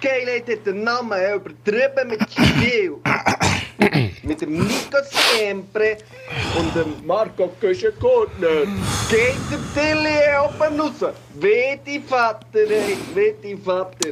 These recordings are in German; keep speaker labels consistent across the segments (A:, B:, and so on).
A: Kaylee heeft den Namen übertrieben mit Stil. mit dem Nico Siempre und dem Marco Küschenkortner. Geht der Tilly oben raus. Weh die Vater, ey. weh die Vater.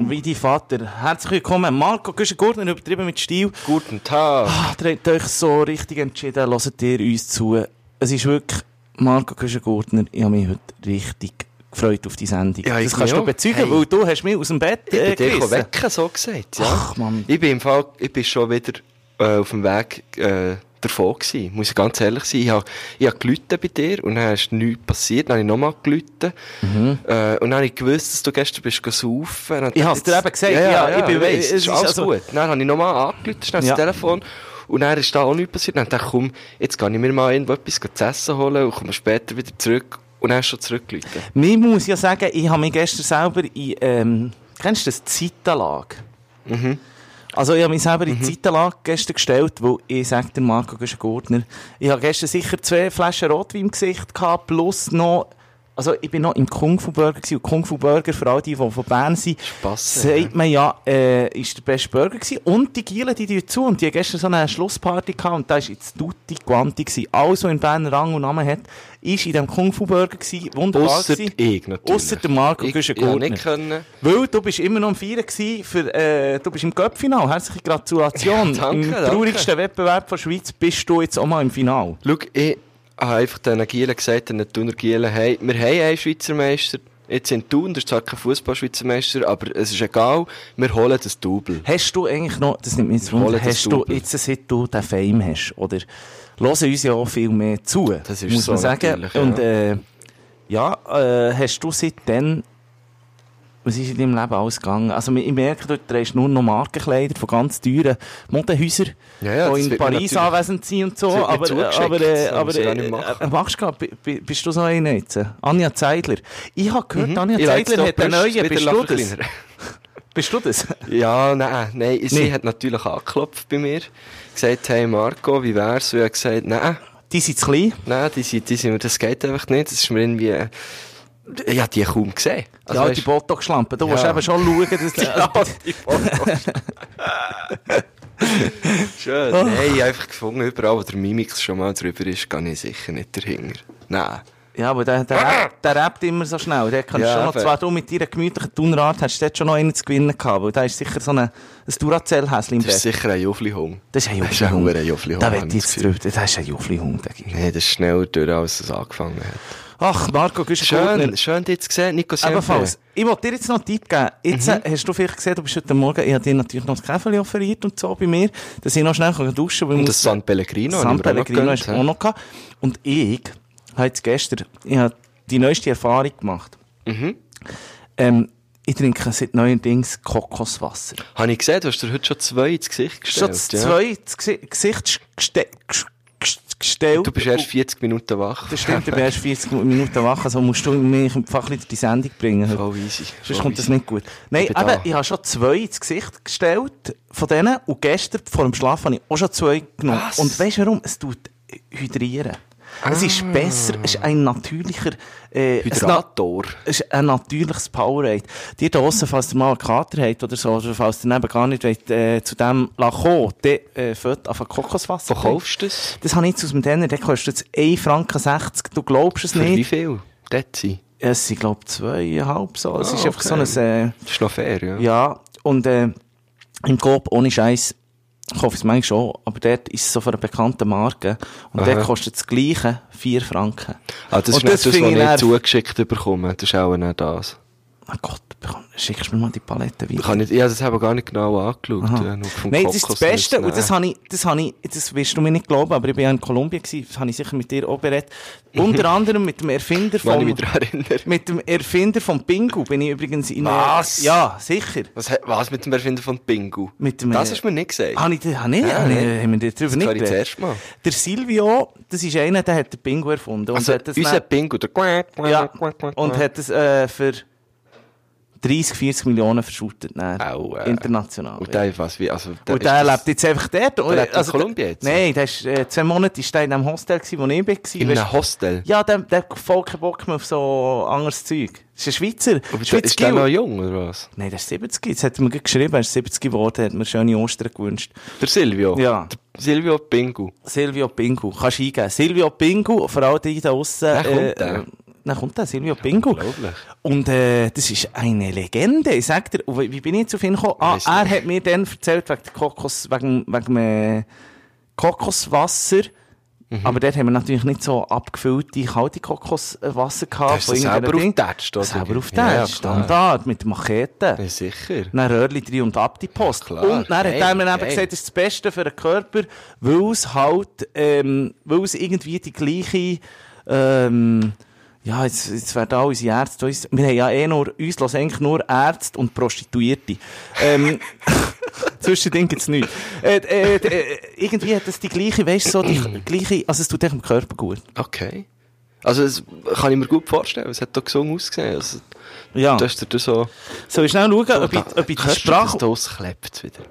B: Wie dein Vater. Herzlich willkommen, Marco Güschen-Gurtner, übertrieben mit Stil.
C: Guten Tag.
B: Ah, ihr habt euch so richtig entschieden, hört ihr uns zu. Es ist wirklich, Marco Güschen-Gurtner, ich habe mich heute richtig gefreut auf die Sendung.
C: Ja, ich
B: das kannst
C: mich
B: du
C: auch.
B: bezeugen,
C: Hey.
B: weil du hast mich aus dem Bett äh,
C: Ich bin dich
B: gerissen.
C: wecken, so gesagt. Ja.
B: Ach, Mann.
C: Ich bin im Fall, ich bin schon wieder äh, auf dem Weg äh, davon gewesen, muss ich ganz ehrlich sein. Ich habe ich hab geläutet bei dir und dann ist nichts passiert, dann habe ich nochmal geläutet. Äh, und dann habe ich gewusst, dass du gestern bist gesaufen. Dann dachte
B: Mhm. Ich hab's dir
C: jetzt-
B: eben gesagt,
C: ja,
B: ja,
C: ja,
B: ich
C: ich
B: bin-
C: bin weiss,
B: es
C: es ist
B: ist
C: alles
B: also-
C: gut. Dann habe ich nochmal angeläutet, schnell
B: Ja.
C: das Telefon. Und dann ist da auch nichts passiert. Dann dachte ich, komm, jetzt gehe ich mir mal irgendwo etwas zu essen holen und komme später wieder zurück. Und dann hast du schon zurückgeläutet.
B: Mir muss ja sagen, ich habe mich gestern selber in, ähm, kennst du das, Zeitenlage? Also ich habe mich selber in die Zeitenlage gestern gestellt, weil ich sage dir, Marco, du bist ein Gurtner, ich habe gestern sicher zwei Flaschen Rotwein im Gesicht gehabt, plus noch, also ich bin noch im Kung-Fu-Burger gewesen. und Kung-Fu-Burger, für all die, die von Bern sind,
C: Spass,
B: sagt man ja, äh, ist der beste Burger gewesen. Und die Gielen, die tun zu und die haben gestern so eine Schlussparty gehabt und da war jetzt Tutti Quanti gewesen. Alles, was in Bern Rang und Namen hat, ist in diesem Kung-Fu-Burger gewesen. Wunderbar
C: Ausser
B: gewesen.
C: ich natürlich.
B: Ausser der Marco
C: Ich, ich hab
B: Güschen-Gurtner.
C: nicht können.
B: Weil du bist immer noch am Feiern gewesen für, äh, du bist im Göppfinal. Herzliche Gratulation.
C: Ja, danke,
B: Im
C: danke.
B: traurigsten Wettbewerb der Schweiz bist du jetzt auch mal im Final.
C: Schau, ich habe einfach den Gielen gesagt, den Thuner Gielen, hey, wir haben einen Schweizer Meister. Jetzt in Thun, das ist zwar kein Fußball-Schweizer Meister, aber es ist egal, wir holen das Double.
B: Hast du eigentlich noch, das nimmt mich jetzt wunder,
C: hole das
B: hast du
C: Double.
B: jetzt, seit du den Fame hast, oder, hören uns ja auch viel mehr zu.
C: Das ist
B: muss
C: so
B: man sagen.
C: natürlich, ja.
B: Und, äh, ja, äh, hast du seitdem, was ist in deinem Leben alles gegangen? Also, ich merke, du trägst nur noch Markenkleider von ganz teuren Modenhäusern,
C: Ja, ja,
B: die
C: das
B: in
C: wird mir
B: Paris
C: natürlich-
B: anwesend sind und so.
C: Das wird mir
B: Aber, äh,
C: zugeschickt,
B: aber, äh,
C: das
B: aber,
C: muss ich ja
B: äh,
C: nicht machen.
B: äh, machst du grad- bi- bi- bist du so einer jetzt? äh? Anja Zeidler. Ich habe gehört, Anja
C: Mhm. Ich lasse jetzt
B: Zeidler hat
C: die
B: einen
C: Brüste
B: neuen.
C: wieder
B: Bist du das?
C: kleiner.
B: Bist du das?
C: Ja, nein, nein, sie
B: Nee.
C: hat natürlich angeklopft bei mir. Gesagt, hey Marco, wie wär's? Und ich habe gesagt, nein,
B: Die sind zu klein.
C: nein, die, sind- die sind mir, das geht einfach nicht. Das ist mir irgendwie, äh, ich habe die kaum gesehen. Also,
B: ja,
C: weisst-
B: die Botox-Schlampe. Du
C: Ja.
B: musst eben schon schauen, dass...
C: Ja, die Fotos. Schön.
B: Oh.
C: Nein, ich habe einfach gefunden, überall, wo der Mimix schon mal drüber ist, gehe ich sicher nicht dahinter. Nein.
B: Ja, aber der, der, rappt, der rappt immer so schnell. Der kannst
C: Ja,
B: schon noch,
C: eben.
B: zwar du mit deiner gemütlichen Tunrad hast du dort schon noch einen zu gewinnen gehabt, weil da ist sicher so eine, ein Duracell-Häschen im
C: Das ist
B: Bett.
C: sicher ein Juflihung.
B: Das ist ein
C: Das ist ein
B: Jufli-Hund.
C: verdammter Jufli-Hund,
B: Da
C: hab
B: wird
C: ich das
B: jetzt drüber. Das ist ein Jufli-Hund. der Gier.
C: Nein, das ist schneller durch, als es angefangen hat.
B: Ach, Marco, gehst du
C: Schön,
B: Gurtner.
C: schön, dich zu sehen, Nico Siempre.
B: Ebenfalls. Ich wollte dir jetzt noch einen Tipp geben. Jetzt
C: Mhm.
B: äh, hast du vielleicht gesehen, du bist heute Morgen, ich habe dir natürlich noch das Käferli offeriert und so bei mir, dass ich noch schnell kann duschen kann. weil ich
C: Und
B: muss-
C: das San Pellegrino.
B: San
C: habe ich mir auch noch
B: Pellegrino
C: gegönnt,
B: hast du
C: hä?
B: auch noch gehabt. Und ich habe jetzt gestern ich habe die neueste Erfahrung gemacht.
C: Mhm.
B: Ähm, ich trinke seit neuerdings Kokoswasser.
C: Habe ich gesehen, du hast dir heute schon zwei ins Gesicht
B: Schon
C: gestellt.
B: das
C: ja.
B: zwei ins Gesi- Gesicht geste gest- gest- gestellt. Oh,
C: Du bist erst 40 Minuten wach.
B: Das stimmt, ich bin erst 40 Minuten wach, also musst du mich im Fach in die Sendung bringen.
C: Voll easy.
B: Sonst
C: voll
B: kommt das
C: easy.
B: nicht gut. Nein,
C: Ich bin da.
B: eben, ich habe schon zwei ins Gesicht gestellt von denen und gestern vor dem Schlaf habe ich auch schon zwei genommen.
C: Was?
B: Und weißt du warum? Es tut hydrieren. Es
C: Ah.
B: ist besser, es ist ein natürlicher... Äh, es na-
C: Hydrator.
B: es ist ein natürliches Powerade. Dir da draussen, falls ihr mal einen Kater habt oder so, oder falls ihr eben gar nicht wollt, äh, zu dem lassen kommen, dann äh, fällt einfach Kokoswasser.
C: Wo kaufst du das?
B: Das habe ich jetzt aus dem Denner, der kostet jetzt 1,60 Franken, du glaubst es
C: Für wie
B: nicht.
C: viel? Dort sein.
B: Es sind, glaube ich, zweieinhalb so. Es
C: Ah,
B: ist einfach
C: okay.
B: so ein... Äh,
C: Das ist noch fair, ja.
B: ja, und äh, im Coop ohne Scheiß kaufe ich es manchmal schon, aber dort ist es so von einer bekannten Marke und
C: Aha.
B: dort kostet das gleiche 4 Franken.
C: Ah, das
B: und
C: ist nicht das, was ich
B: finde ich
C: nicht
B: nerv-
C: zugeschickt bekomme. Das ist auch nicht das.
B: Oh Gott, bekomm- schickst du mir mal die Palette
C: Ich
B: weiter.
C: habe nicht, ich habe das eben gar nicht genau angeschaut.
B: Aha.
C: Ja, nur vom
B: Nein, das ist das
C: Kokos
B: Beste und das
C: rausnehmen.
B: habe ich, das habe ich, das wirst du mir nicht glauben, aber ich bin ja in Kolumbien gewesen, das habe ich sicher mit dir auch berät. Unter anderem mit dem Erfinder
C: Kann ich mich
B: vom,
C: daran erinnern.
B: mit dem Erfinder vom Bingo bin ich übrigens in einer-
C: Was?
B: Ja, sicher.
C: Was, hat- was mit dem Erfinder von Bingo?
B: Mit dem,
C: das
B: äh,
C: hast du mir nicht gesagt.
B: Habe ich, habe ich,
C: Ja,
B: habe ich,
C: nee.
B: haben wir darüber nicht
C: höre ich das
B: geredet?
C: erste Mal.
B: Der Silvio, das ist einer, der hat den Bingo erfunden. Und
C: also,
B: hat das
C: unser
B: dann-
C: Bingo, der
B: ja, und hat das äh, für 30, 40 Millionen verschuldet. Nein,
C: Au, äh.
B: international.
C: Und
B: ja.
C: der, was, wie, also,
B: Und der lebt jetzt einfach dort. oder?
C: lebt in Kolumbien jetzt?
B: Nein, der ist, äh, zwei Monate war der in einem Hostel, gewesen, wo ich war.
C: in
B: Weisst-
C: einem Hostel.
B: Ja, der, der hat voll keinen Bock mehr auf so anderes Zeug. Das ist ein Schweizer.
C: Aber ist, der-
B: Schweizer
C: ist der
B: Gil.
C: noch jung, oder was?
B: Nein, der ist 70. Jetzt hat er mir gerade geschrieben, er ist 70 geworden, hat mir schöne Ostern gewünscht.
C: Der Silvio?
B: Ja.
C: Der Silvio Pingu.
B: Silvio Pingu. Kannst du eingeben. Silvio Pingu, vor allem die da aussen.
C: Wer kommt
B: äh,
C: der?
B: äh, Dann kommt der, Silvio Pingu.
C: Unglaublich.
B: Und äh, das ist eine Legende. Ich sag dir, und wie wie bin ich zu ihm gekommen? Ah,
C: Weiss
B: er hat mir dann erzählt, wegen, der Kokos, wegen, wegen äh, Kokoswasser.
C: Mhm.
B: Aber dort haben wir natürlich nicht so abgefüllte, kalte Kokoswasser gehabt.
C: Hast du
B: Ah, von
C: selber
B: irgendeinem Ding.
C: aufgetatscht, oder?
B: Selber auf
C: Ja, ja, klar.
B: Standard, mit der Machete.
C: Ja, sicher.
B: Dann Röhrli drin und ab die Post.
C: Klar.
B: und dann hat
C: Hey,
B: er mir eben
C: hey.
B: gesagt, das ist das Beste für den Körper, weil es halt, ähm, weil es irgendwie die gleiche, ähm, ja, jetzt, jetzt werden alle unsere Ärzte, uns, wir haben ja eh nur, uns lassen eigentlich nur Ärzte und Prostituierte. Ähm, zwischen denen gibt's nichts. Äh, äh, äh, irgendwie hat das die gleiche, weißt du, so die gleiche, also es tut dem Körper gut.
C: Okay. Also, das kann ich mir gut vorstellen. Es hat doch gesungen ausgesehen. Also,
B: Ja.
C: Du hast dir da so...
B: Soll ich schnell schauen, ob ich, ob ich die
C: Kannst du das
B: Sprache...
C: da ausklebt wieder?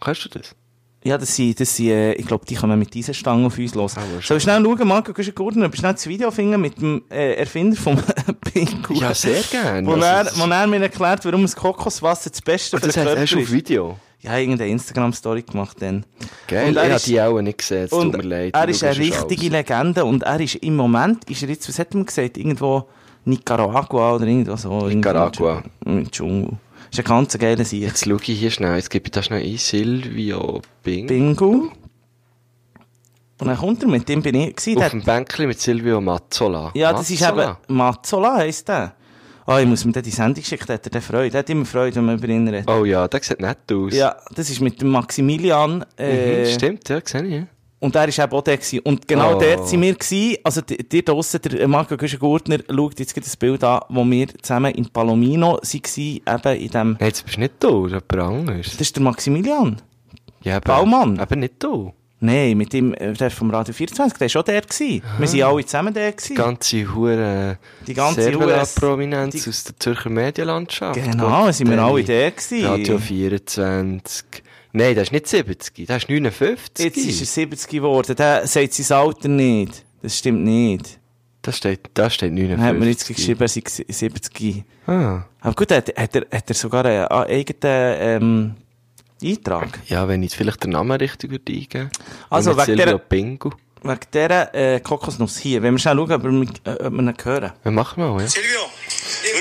C: Kannst du das?
B: Ja, das sind, das sind äh, ich glaube, die kommen mit diesen Stangen auf uns los.
C: Ah, wurscht.
B: Soll ich schnell schauen, Marco Güschen Gordon, ob ich schnell das Video finden mit dem äh, Erfinder vom Pingu?
C: Ja, sehr gerne.
B: Wo,
C: Also,
B: er,
C: das- Ah,
B: wo er mir erklärt, warum das Kokoswasser das Beste für
C: Das
B: den
C: heißt,
B: Körper
C: hast du auf
B: ist.
C: Video?
B: Ja, irgendeine Instagram-Story gemacht dann.
C: Geil,
B: Und er
C: ich habe
B: ist-
C: die auch nicht gesehen, es tut
B: Und
C: mir leid.
B: er
C: du
B: ist eine
C: schaust
B: richtige
C: alles.
B: Legende und er ist im Moment, ist er jetzt, was hat man gesagt, irgendwo Nicaragua oder irgendwo so.
C: Nicaragua.
B: Im Dschungel. Ist ein ganz geiler Sieg.
C: Jetzt schaue ich hier schnell, jetzt gebe ich da schnell ein, Silvio Bing.
B: Bingo. Und dann kommt er mit dem bin ich. gewesen, der
C: Auf dem Bänkchen mit Silvio Mazzola.
B: Ja, das ist eben,
C: Mazzola.
B: Mazzola heisst der. Ah, ich muss ihm dann die Sendung schicken, der hat er dann Freude. Der hat immer Freude, wenn man über ihn redet.
C: Oh ja, der sieht nett aus.
B: Ja, das ist mit dem Maximilian. Äh,
C: Mhm, stimmt, ja, sehe ich. ja.
B: Und der war eben auch der. Gewesen. Und genau
C: Oh.
B: dort sind wir. Gewesen. Also, die- dir draussen, der Marco Güschen-Gurtner, schaut jetzt gerade das Bild an, wo wir zusammen in Palomino waren, eben in dem...
C: Nein, jetzt bist du nicht du, das ist jemand anderes.
B: Das ist der Maximilian.
C: Ja, aber,
B: Baumann.
C: Aber nicht du.
B: Nein, mit dem, äh, der vom Radio 24, der war auch der. Gewesen. Wir
C: Ah.
B: waren alle zusammen der. Gewesen.
C: Die ganze Hure...
B: Die ganze Hure-
C: Prominenz
B: die-
C: aus der Zürcher Medienlandschaft.
B: Genau,
C: Gott,
B: sind wir
C: ey.
B: alle der. Gewesen.
C: Radio 24. Nein, das ist nicht 70, das ist 59.
B: Jetzt ist er 70 geworden. Der sagt sein Alter nicht. Das stimmt nicht.
C: Das steht, das steht
B: Dann
C: 59.
B: hat mir jetzt geschrieben, er sei 70.
C: Ah.
B: Aber gut, hat, hat, er, hat er sogar einen ah, eigenen ähm, Eintrag.
C: Ja, wenn ich jetzt vielleicht den Namen richtig würde eingeben
B: Also,
C: Und mit
B: wegen
C: Silvio
B: der-
C: Bingo.
B: Wegen dieser äh, Kokosnuss hier. Wenn wir schnell schauen, ob wir, mit- äh, ob wir ihn hören.
C: Wir machen mal, ja.
D: Silvio,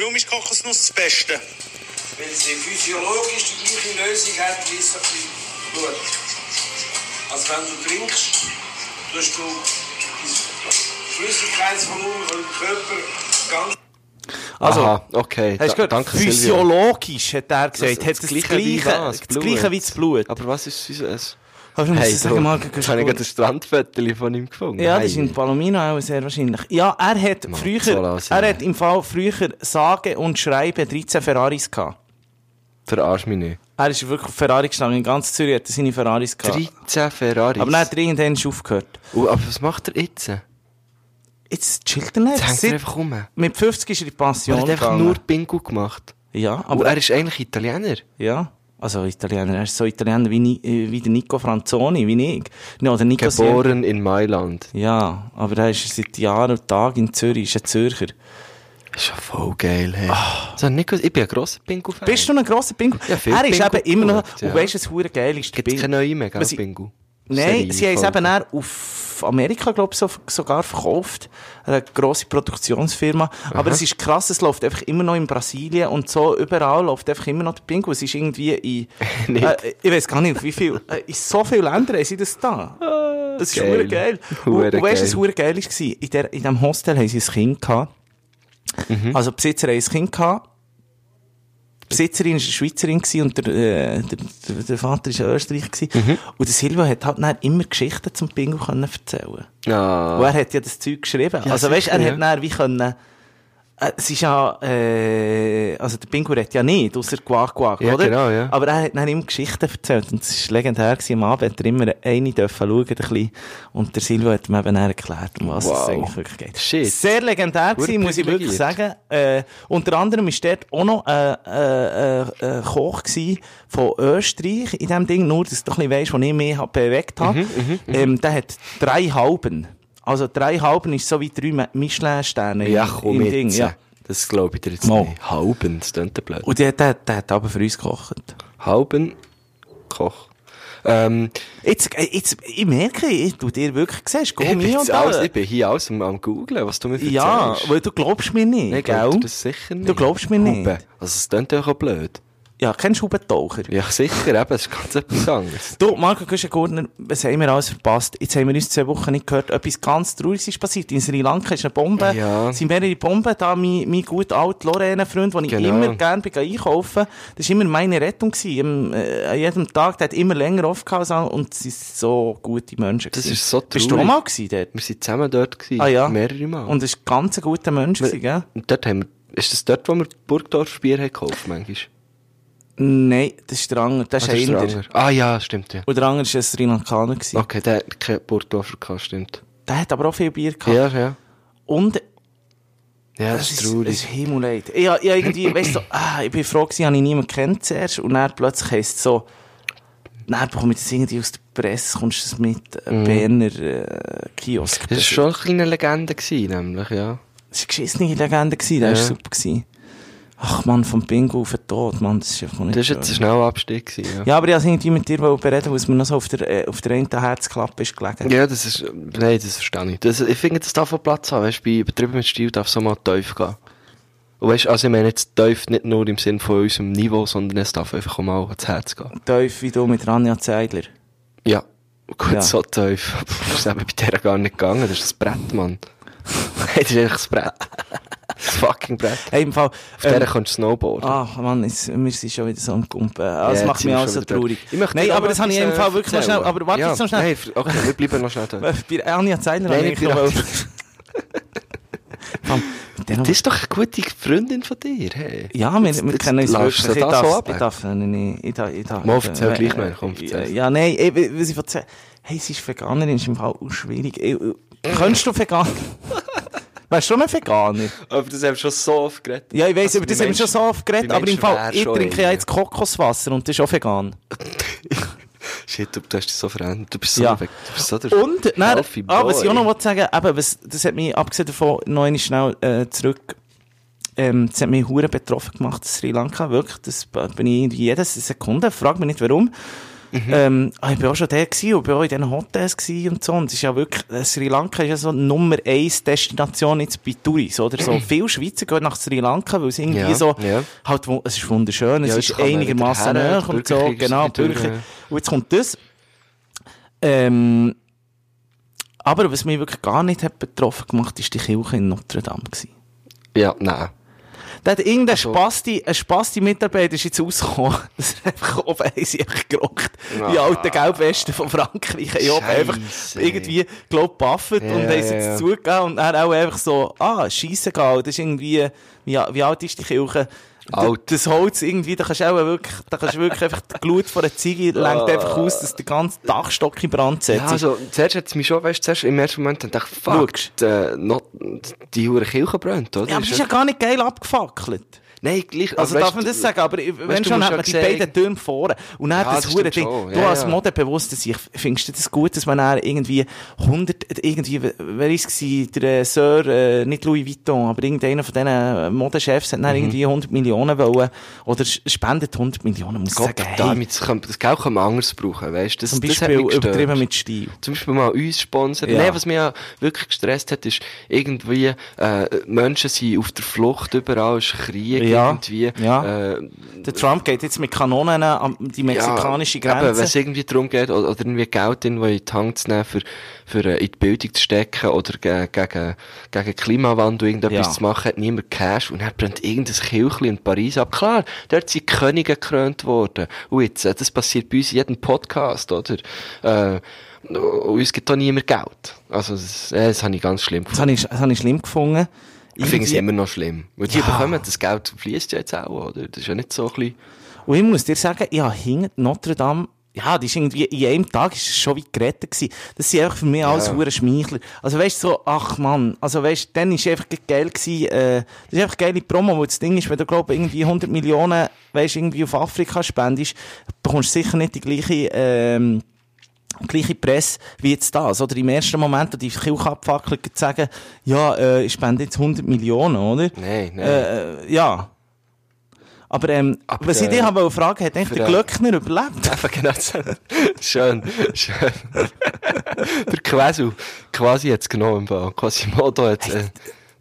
D: warum ist Kokosnuss das Beste?
E: Weil sie physiologisch die gleiche Lösung hat wie das Blut. Also wenn du trinkst, tust du das Flüssigkeitsvolumen vom Körper ganz
B: Also,
C: Aha, okay.
B: hast du
C: Da-
B: gehört?
C: danke, Silvio.
B: physiologisch, hat er gesagt. hat das, gleiche,
C: wie was?
B: das gleiche wie das Blut.
C: Aber was ist das?
B: Aber ich muss dir sagen, Marco,
C: jetzt habe ich gerade ein Strandviertel von ihm gefunden.
B: Ja, das ist in
C: Hey.
B: Palomino auch sehr wahrscheinlich. Ja, er hat
C: Mann,
B: früher,
C: Zola,
B: er hat im Fall früher sage und schreibe 13 Ferraris gehabt.
C: Verarsch mich nicht.
B: Er ist wirklich auf Ferrari gestanden. In ganz Zürich hat er seine Ferraris gehabt.
C: 13 Ferraris.
B: Aber dann hat er irgendwann schon aufgehört.
C: oh, aber was macht er jetzt? Jetzt
B: Jetzt chillt er nicht.
C: hängt er
B: Seit-
C: einfach rum. Er
B: Mit 50 ist er in die Pension
C: hat einfach
B: gegangen.
C: nur Bingo gemacht.
B: Ja,
C: Aber
B: aber...
C: er ist eigentlich Italiener.
B: ja. Also Italiener, er ist so Italiener wie, ni- äh, wie der Nico Franzoni, wie ich. Ja, der Nico
C: Geboren in Mailand.
B: Ja, aber er ist seit Jahren und Tag in Zürich, ist ein Zürcher.
C: Das ist ja voll geil, hey. So, Nico, ich bin ein grosser Bingo-Fan.
B: Bist du ein grosser Pingu?
C: Ja, viel
B: er ist
C: Pingu
B: eben immer noch...
C: geschaut,
B: Und
C: ja.
B: weißt du, was verdammt geil ist? Der
C: Gibt es
B: Pin-
C: keine neue mehr, gell,
B: Was ich-
C: Bingo?
B: Nein, sie haben es
C: Serie-
B: eben auch auf Amerika, glaube ich, so, sogar verkauft. Eine grosse Produktionsfirma. Aber es ist krass, es läuft einfach immer noch in Brasilien und so, überall läuft einfach immer noch der Pingu. Es ist irgendwie in,
C: Nicht.
B: äh, ich weiß gar nicht, auf wie viel, äh, in so vielen Ländern haben sie das da. Das ist geil.
C: geil.
B: geil. Und,
C: Hure
B: und weißt du, was
C: geil.
B: hure geil war? In, der, in diesem Hostel haben sie ein Kind gehabt.
C: Mhm.
B: Also, die Besitzer haben ein Kind gehabt. Die Besitzerin war eine Schweizerin gewesen und der, äh, der, der, der Vater war ein Österreicher. gewesen.
C: Mhm.
B: Und der Silva hat halt dann immer Geschichten zum Bingo können erzählen
C: Ah.
B: Und er hat ja das Zeug geschrieben. also,
C: sicher,
B: weißt du, er
C: ja.
B: hat dann wie können, äh, es ist ja, äh, also der Pingu redet ja nicht, außer Quack Quack,
C: Ja,
B: oder?
C: genau, ja.
B: Aber er hat dann immer Geschichten erzählt und es war legendär gewesen. Am Abend hat er immer eine dürfen schauen, ein bisschen. Und der Silvo hat mir eben dann erklärt, um was
C: Wow.
B: es eigentlich wirklich geht.
C: Shit.
B: Sehr legendär
C: Wurde
B: gewesen, muss ich wirklich
C: privilegiert.
B: sagen. Äh, unter anderem war dort auch noch ein äh, äh, äh, Koch gewesen von Österreich in dem Ding, nur dass du ein bisschen weisst, wo ich mich hab bewegt
C: Mhm,
B: habe. ähm, der hat drei Halben. Also drei Halben ist so wie drei Mi- Michelin-Sterne im-
C: Ja, komm
B: im
C: jetzt.
B: Ding. Ja.
C: Das glaube ich dir jetzt
B: Mal.
C: nicht. Halben, das klingt ja blöd.
B: Und der, der, der hat aber für uns gekocht.
C: Halben Koch. Ähm,
B: Jetzt, äh, jetzt, ich merke, ich tu dir wirklich, siehst du,
C: ich, bin
B: mir
C: jetzt
B: und
C: alles,
B: alles.
C: ich bin hier alles am, am googlen, was du mir erzählst.
B: Ja, weil du glaubst mir nicht,
C: Nein, glaub
B: gell?
C: dir das sicher nicht.
B: Du glaubst mir nicht.
C: Hupen. Also es klingt ja auch blöd.
B: Ja, kennst du Hubentaucher?
C: Ja, sicher, eben, das ist ganz etwas anderes.
B: Du, Marco Güschengurner, was haben wir alles verpasst? Jetzt haben wir uns zwei Wochen nicht gehört. Etwas ganz Trauriges ist passiert. In Sri Lanka ist eine Bombe.
C: Ja.
B: sind mehrere Bomben da. Mein, mein gut alter Lorena-Freund, den ich
C: Genau.
B: immer gerne bin, gehe einkaufen Das war immer meine Rettung. gewesen. Im, äh, an jedem Tag. Der hat immer länger offen gehabt als alle. und sie sind so gute Menschen.
C: Das
B: gewesen.
C: ist so
B: Bist du auch
C: traurig.
B: mal gewesen dort?
C: Wir waren zusammen dort, gewesen,
B: Ah ja.
C: mehrere Mal.
B: Und es war ein ganz guter Mensch, gewesen, gell?
C: Und dort haben wir, ist das dort, wo wir Burgdorf Bier haben gekauft manchmal?
B: Nein, das ist der andere. Das ist
C: Ah,
B: ein
C: der Ah.
B: Inder.
C: andere. Ah ja, stimmt, ja.
B: Und der andere war ein Sri Lankaner. gewesen.
C: Okay, der hat kein Burgdorfer gehabt, stimmt.
B: Der hat aber auch viel Bier gehabt.
C: Ja, ja.
B: Und
C: Ja,
B: Das
C: das ist
B: ist, das ist
C: traurig.
B: Himmelleid. Ich, hab- ich hab irgendwie, weißt du, ah, ich bin froh gewesen, habe ich niemanden kennt zuerst und dann plötzlich heisst es so, dann bekomme ich das irgendwie aus der Presse, kommst du das mit äh,
C: Mm.
B: Berner äh, Kiosk. Dus
C: Das war schon eine kleine Legende, gewesen, nämlich,
B: Das
C: ja.
B: war eine geschissene Legende, gewesen, das war
C: Ja.
B: super. Gewesen. Ach man, vom Bingo auf den Tod, Mann, das ist einfach nicht
C: Das war jetzt ein
B: schön.
C: schneller Abstieg, gewesen, ja.
B: Ja, aber ich wollte irgendwie mit dir bereden, weil es mir noch so auf der, äh, auf der einen Herzklappe ist gelegen.
C: Ja, das ist, nein, das verstehe ich. Das, ich finde, das darf auch Platz haben, weißt du, bei übertriebenem Stil darf es auch mal tief gehen. Und weißt du, also ich meine jetzt tief nicht nur im Sinne von unserem Niveau, sondern es darf einfach auch mal ans Herz gehen.
B: Tief wie du mit Ranja Zeidler.
C: Ja. Gut,
B: Ja.
C: so tief. Pff, ist eben bei der gar nicht gegangen, das ist das Brett, Mann. das ist einfach das Brett. Das fucking Brett.
B: Hey, im Fall,
C: Auf der kannst du snowboarden.
B: Ah, Mann, jetzt, wir sind schon wieder so am Kumpen. Ah, Das
C: Ja,
B: macht
C: jetzt sind
B: mich
C: wir
B: auch
C: schon
B: so
C: wieder dort.
B: traurig.
C: Ich möchte
B: Nein,
C: dir
B: aber
C: noch
B: das habe ich
C: etwas,
B: im Fall
C: äh,
B: wirklich noch
C: erzählen.
B: schnell. Aber warte
C: Ja,
B: jetzt noch schnell.
C: Nein, f- okay, wir bleiben noch schnell dort.
B: Bei Anja Zeiler
C: Nein,
B: habe ich
C: nicht
B: noch
C: bei
B: mal...
C: Anja.
B: Komm, mit der noch-
C: Das ist doch eine gute Freundin von dir, hey.
B: Ja, wir,
C: Jetzt-
B: wir
C: jetzt
B: kennen uns
C: läufst
B: wirklich.
C: du
B: Ich
C: das so
B: darf,
C: ab.
B: ich darf, nicht, ich darf, ich darf.
C: Mal, erzähl
B: äh,
C: gleich
B: äh,
C: mal, komm, erzähl.
B: Ja, nein, ich, was ich erzähle. Hey, sie ist Veganerin, ist im Fall auch schwierig. Ey, äh, Könntest du vegan? Weißt du schon ein Veganer?
C: Aber das haben wir schon so oft geredet.
B: Ja, ich weiss,
C: Also,
B: über das
C: die
B: haben wir schon
C: Menschen-
B: so oft geredet,
C: die
B: aber im
C: Menschen
B: Fall,
C: wären
B: ich
C: schon
B: trinke ja
C: irgendwie.
B: jetzt Kokoswasser und das ist auch vegan.
C: Shit, du bist so verändert. Du bist so,
B: Ja.
C: weg. Du bist so der
B: Und, nein,
C: healthy
B: ah, was
C: boy.
B: ich auch noch wollte sagen, eben, was, das hat mich, abgesehen davon, noch einmal schnell äh, zurück, ähm, das hat mich hure betroffen gemacht, das Sri Lanka, wirklich, das bin ich irgendwie jede Sekunde, frag mich nicht warum.
C: Mhm.
B: Ähm, ah, ich war auch schon da gewesen, und bin auch in diesen Hotels gewesen und so. Und es ist ja wirklich, äh, Sri Lanka ist ja so Nummer 1 Destination jetzt bei Touris, oder? So, viele Schweizer gehen nach Sri Lanka, weil es irgendwie
C: Ja,
B: so,
C: ja.
B: halt, wun- es ist wunderschön, es
C: Ja, jetzt
B: ist
C: kann man
B: einigermaßen
C: wieder her,
B: nah und
C: der
B: so,
C: Bürgerkrieg ist
B: genau,
C: nicht durch,
B: Bürger.
C: ja.
B: Und jetzt kommt das, ähm, aber was mich wirklich gar nicht hat betroffen gemacht hat, war die Kirche in Notre Dame. Gewesen.
C: Ja, nou. nein.
B: Da hat irgendein
C: Also-
B: Spasti, ein Spasti-Mitarbeiter ist jetzt rausgekommen, dass er einfach oben haben sie einfach gerockt. Die
C: Ah.
B: alten Gelbwesten von Frankreich haben oben einfach
C: Scheisse.
B: irgendwie, glaub, baffet
C: Ja,
B: und haben sie
C: ja, ja.
B: jetzt zugegeben und er auch einfach so, ah, scheisse geil, das ist irgendwie, wie, wie alt ist die Kirche? D-
C: Alt.
B: Das Holz irgendwie, da kannst du auch wirklich, da kannst du wirklich einfach die Glut von einer Ziege lenkt einfach aus, dass der ganze Dachstock in Brand setzt.
C: Ah. Ja, also, zuerst hat es mich schon, weißt du, zuerst im ersten Moment dann dachte ich, fuck,
B: Schaust.
C: die, äh, not, die hure Kirche brennt, oder?
B: ja, aber das ist ja gar nicht geil abgefackelt.
C: Nein, gleich.
B: Also
C: aber
B: darf
C: weißt
B: man
C: du-
B: das sagen, aber ich- wenn
C: du
B: schon, hat
C: musst ja
B: man die
C: sehen-
B: beiden Türme vorne. Und dann
C: Ja,
B: das
C: das
B: hure
C: stimmt
B: Ding.
C: schon,
B: du
C: ja,
B: als
C: ja.
B: modebewusster also ich findest du das gut, dass man dann irgendwie 100, irgendwie, wer ist es der äh, Sir, äh, nicht Louis Vuitton, aber irgendeiner von diesen äh, Modechefs hat dann
C: Mhm.
B: irgendwie 100 Millionen wollen, oder sch- spendet 100 Millionen, muss ich
C: Gott,
B: sagen. Hey,
C: damit, das, kann, das Geld kann man anders brauchen, weißt du? Das,
B: zum
C: das hat
B: Beispiel
C: mich gestört.
B: übertrieben mit Stil.
C: Zum Beispiel mal uns sponsern.
B: Ja.
C: Nein, was mich ja wirklich gestresst hat, ist irgendwie, äh, Menschen sind auf der Flucht, überall ist Krieg,
B: Ja.
C: irgendwie.
B: Ja.
C: Äh,
B: Der Trump geht jetzt mit Kanonen an die mexikanische
C: ja, Eben, wenn es
B: Grenze.
C: irgendwie darum geht, oder, oder irgendwie Geld irgendwo in die Hand zu nehmen, für, für äh, in die Bildung zu stecken, oder ge gegen, gegen Klimawandel irgendetwas
B: Ja.
C: zu machen, hat niemand Cash, und dann brennt irgendein Kirchli in Paris ab. Klar, dort sind Könige gekrönt worden. Und jetzt, äh, das passiert bei uns in jedem Podcast, oder? Äh, und uns gibt da niemand Geld. Also, das, äh, das habe ich ganz schlimm
B: Das
C: gefunden.
B: habe ich, das habe ich schlimm gefunden.
C: Ich finde es
B: Irgendwie-
C: immer noch schlimm. Weil die
B: Ja.
C: bekommen, das Geld fließt ja jetzt auch, oder? Das ist ja nicht so ein bisschen...
B: Und ich muss dir sagen, ja, hinter Notre Dame, ja, die ist irgendwie, in einem Tag ist es schon wie gerettet gewesen. Das sind einfach für mich alles hure Schmeichler. Also weißt du, so, ach Mann, also weißt du, dann ist einfach geil gewesen, äh, das ist einfach geile Promo, weil das Ding ist, wenn du, glaub irgendwie 100 Millionen, weißt irgendwie auf Afrika spendest, bekommst du sicher nicht die gleiche, ähm, gleiche Presse wie jetzt das. Oder im ersten Moment, wo die Kirche abfackeln, gleich sagen, ja, äh, ich spende jetzt 100 Millionen, oder?
C: Nein, nein.
B: Äh, ja. Aber, ähm,
C: Aber
B: was ich
C: der-
B: dich habe wollte fragen, hat eigentlich
C: für äh,
B: der
C: den-
B: Glöckner überlebt?
C: Einfach genau so. Schön, schön. Der Quasu, quasi jetzt genommen, im Fall. Quasimodo hat, äh,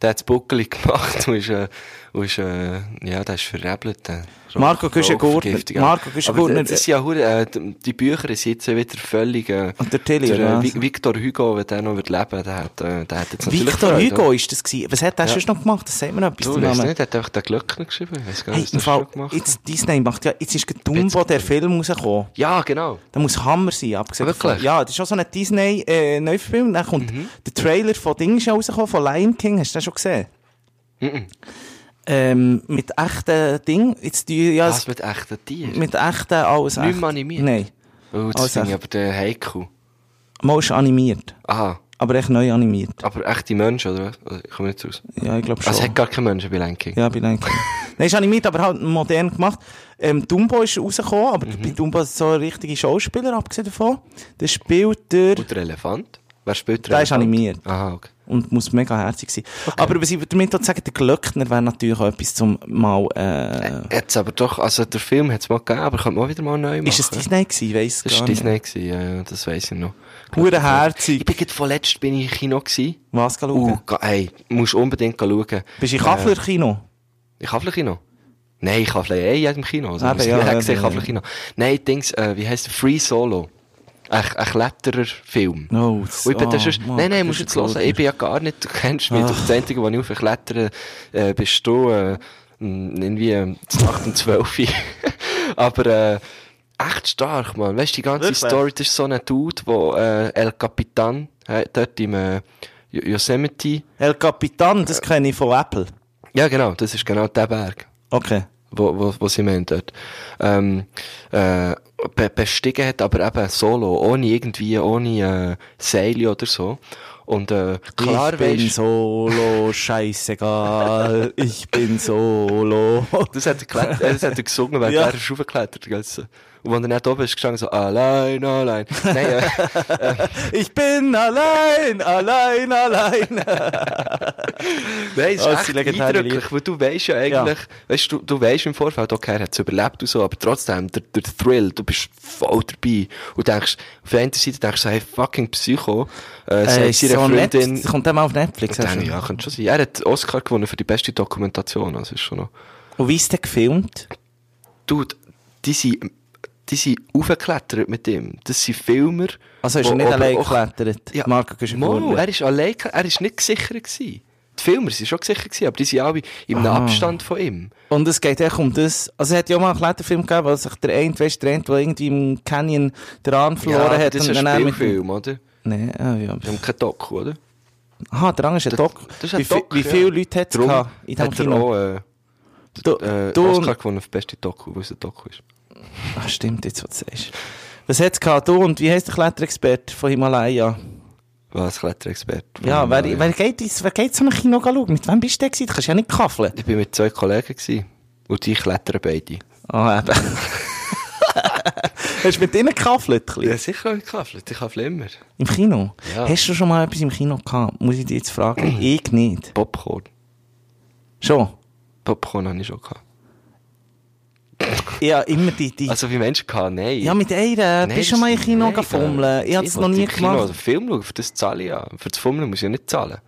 C: der hat das Buckeli gemacht und ist, äh, und ist äh, ja, der ist verrebelt. der Rauch-
B: Marco Güschen-Gurtner.
C: Rauchvergiftung.
B: Marco
C: Aber
B: Güschen-Gurtner,
C: das ist ja, hure, äh, die die Bücher sind jetzt wieder völlig, äh,
B: Und der Tilly,
C: der,
B: oder was?
C: äh, Vi- Victor Hugo, wenn der noch wird leben, der hat, äh, der hat jetzt natürlich
B: Victor
C: Freude,
B: Hugo
C: oder?
B: ist das gewesen. Was hat der
C: Ja.
B: sonst noch gemacht? Das sagt mir noch etwas.
C: Du,
B: der
C: weißt
B: Name.
C: nicht, der hat einfach den Glöckner geschrieben. Ich weiss gar
B: Hey,
C: nicht, was
B: im
C: der
B: Fall,
C: schon gemacht hat.
B: jetzt Disney macht ja, jetzt ist Dumbo der Film rausgekommen.
C: Ja, genau.
B: Da muss Hammer sein, abgesehen
C: Wirklich? Mhm.
B: davon. Ja, das ist auch so ein Disney-Neufilm. Dann kommt der Trailer von Ding schon rausgekommen, von Lion King. Hast du den schon gesehen?
C: Mhm.
B: Ähm, mit echten Ding. Jetzt die, ja,
C: Was mit echten Tieren?
B: mit echten, alles
C: Nicht mehr
B: echt.
C: animiert?
B: Nein.
C: Oh, das
B: Alles
C: finde ich
B: echt.
C: aber der Heiko.
B: Mal ist animiert.
C: Aha.
B: Aber echt neu animiert.
C: Aber echte Menschen, oder was? Also, Ich komme nicht raus.
B: Ja, ich glaube schon.
C: Also, es hat gar keine Menschen bei Lenking.
B: ja, bin eigentlich. Nein, ist animiert, aber halt modern gemacht. Ähm, Dumbo ist rausgekommen, aber
C: Mhm.
B: bei Dumbo ist so ein richtiger Schauspieler, abgesehen davon. Der spielt der
C: Und der Elefant? Wer spielt den
B: Der ist
C: Elefant?
B: animiert.
C: Aha, okay.
B: und muss mega herzig sein. Aber was ich damit auch sagen, der Glöckner wäre natürlich auch etwas zum mal, äh,
C: Jetzt aber doch, also der Film hat es mal gegeben, aber könnte man auch wieder mal neu machen.
B: ist es Disney gewesen? Weiss
C: Das
B: gar
C: war
B: nicht.
C: Disney, gewesen, ja, ja, das weiss ich noch.
B: Hure
C: Ich
B: herzig.
C: bin gerade vorletzt bin ich im Kino gewesen.
B: Was schauen?
C: Uh, ga- hey, musst unbedingt schauen.
B: Bist du in Kaffler Kino?
C: Ich habe Kino. Nein, ich habe eh in jedem Kino. Also,
B: Eben,
C: muss ich
B: ja,
C: ja,
B: eben,
C: gesehen, ich habe
B: ja.
C: Kino. Nein, Dings, äh, wie heisst der? Free Solo. Ein, ein kletterer Film.
B: Oh,
C: Und ich bin
B: oh,
C: da sonst,
B: Mann,
C: nein, nein,
B: das
C: musst
B: ist Ah.
C: jetzt hören. Ich bin ja gar nicht, du kennst mich. Du bist der Einzige, der ich auf Klettern, äh, bist du, äh, m, irgendwie, ähm, zu Nacht um 12 Uhr. Aber, äh, echt stark, man. Weißt du, die ganze
B: Wirklich?
C: Story, das ist so ein Dude, wo, äh, El Capitan, äh, dort im, äh, Yo- Yosemite.
B: El Capitan, das
C: Äh.
B: kenne ich von Apple.
C: Ja, genau, das ist genau der Berg.
B: Okay.
C: wo, wo, wo sie meinen dort, ähm, äh, be bestiegen hat, aber eben solo, ohne irgendwie, ohne äh, Seile oder so. Und äh,
B: ich
C: klar
B: bin
C: weisst
B: solo, scheißegal. ich bin solo.
C: das hat er, geklettert, äh, das hat er gesungen, während
B: Ja.
C: er ist raufgeklettert. die ganze- Und wenn er nicht oben ist, gesungen so, allein, allein. Nein, äh,
B: ich bin allein, allein, allein.
C: Nein, es
B: Oh,
C: ist
B: das sind
C: echt
B: legendäre
C: eindrücklich,
B: Lieder.
C: weil du weißt ja eigentlich, weißt du, du weißt im Vorfeld, okay, er hat es überlebt und so, aber trotzdem, der, der Thrill, du bist voll dabei und denkst, auf der einen Seite denkst du, so, hey, fucking Psycho, äh,
B: Äh,
C: sagt
B: ist
C: seine
B: so nett.
C: Freundin,
B: Das kommt dann mal auf Netflix. also. hast
C: Und dann,
B: du-
C: ja, könnte schon sein. Er hat Oscar gewonnen für die beste Dokumentation, also ist schon noch.
B: Und wie ist der gefilmt?
C: Dude, die sind, die sind aufgeklettert mit ihm. Das sind Filmer.
B: Also ist
C: wo
B: er nicht
C: aber
B: allein
C: auch-
B: geklettert?
C: Ja,
B: Marco Güschen-Gurtner.
C: Mo, er ist allein, gekle- er ist nicht gesichert gewesen. Die Filmer sind schon gesichert gewesen, aber die sind alle im Abstand von ihm.
B: Und es geht echt um das. Also es hat ja auch mal einen Kletterfilm gegeben, wo sich der eine, weißt, der eine, der irgendwie im Canyon den Arm verloren
C: aber
B: hat.
C: das ist
B: und
C: ein
B: dann er mit dem-
C: Spielfilm, oder?
B: Nein, ah, ja.
C: Wir haben keinen Doku, oder?
B: Aha, der andere ist ein
C: Das-
B: Doc.
C: das ist ein
B: wie, viel-
C: Doc,
B: wie
C: ja.
B: viele Leute hat's
C: Drum
B: gehabt in diesem
C: hat er
B: Kino?
C: auch äh,
B: Du,
C: äh,
B: du
C: Oscar
B: und,
C: gewonnen für beste Doku, weil es ein Doku ist.
B: ah, stimmt, jetzt was du sagst. Was hat's gehabt? Du und wie heisst der Kletterexperte von Himalaya?
C: Was, Kletterexpert?
B: Ja, wer,
C: ich,
B: wer geht ins, wer geht zu einem Kino schauen? Mit wem bist du denn gewesen? Du kannst ja nicht kaffeln.
C: ich bin mit zwei Kollegen gewesen, und die klettern beide.
B: Ah, eben. Hast du mit denen gekaffelt? ein bisschen?
C: Ja, sicher habe ich gekaffelt. Ich kaffle immer.
B: Im Kino?
C: Ja.
B: Hast du schon mal etwas im Kino gehabt? Muss ich dich jetzt fragen? ich nicht.
C: Popcorn.
B: Schon?
C: Popcorn habe ich schon gehabt.
B: Ja, immer die, die.
C: Also, wie Menschen gehabt? Nein.
B: ja, mit einer.
C: Nein,
B: bist du schon
C: das-
B: mal im Kino
C: nein,
B: gefummeln? Ich habe es noch nie
C: wollte im Kino
B: gemacht.
C: einen Film schauen, für das zahle ich ja. Für das Fummeln muss ich ja nicht zahlen.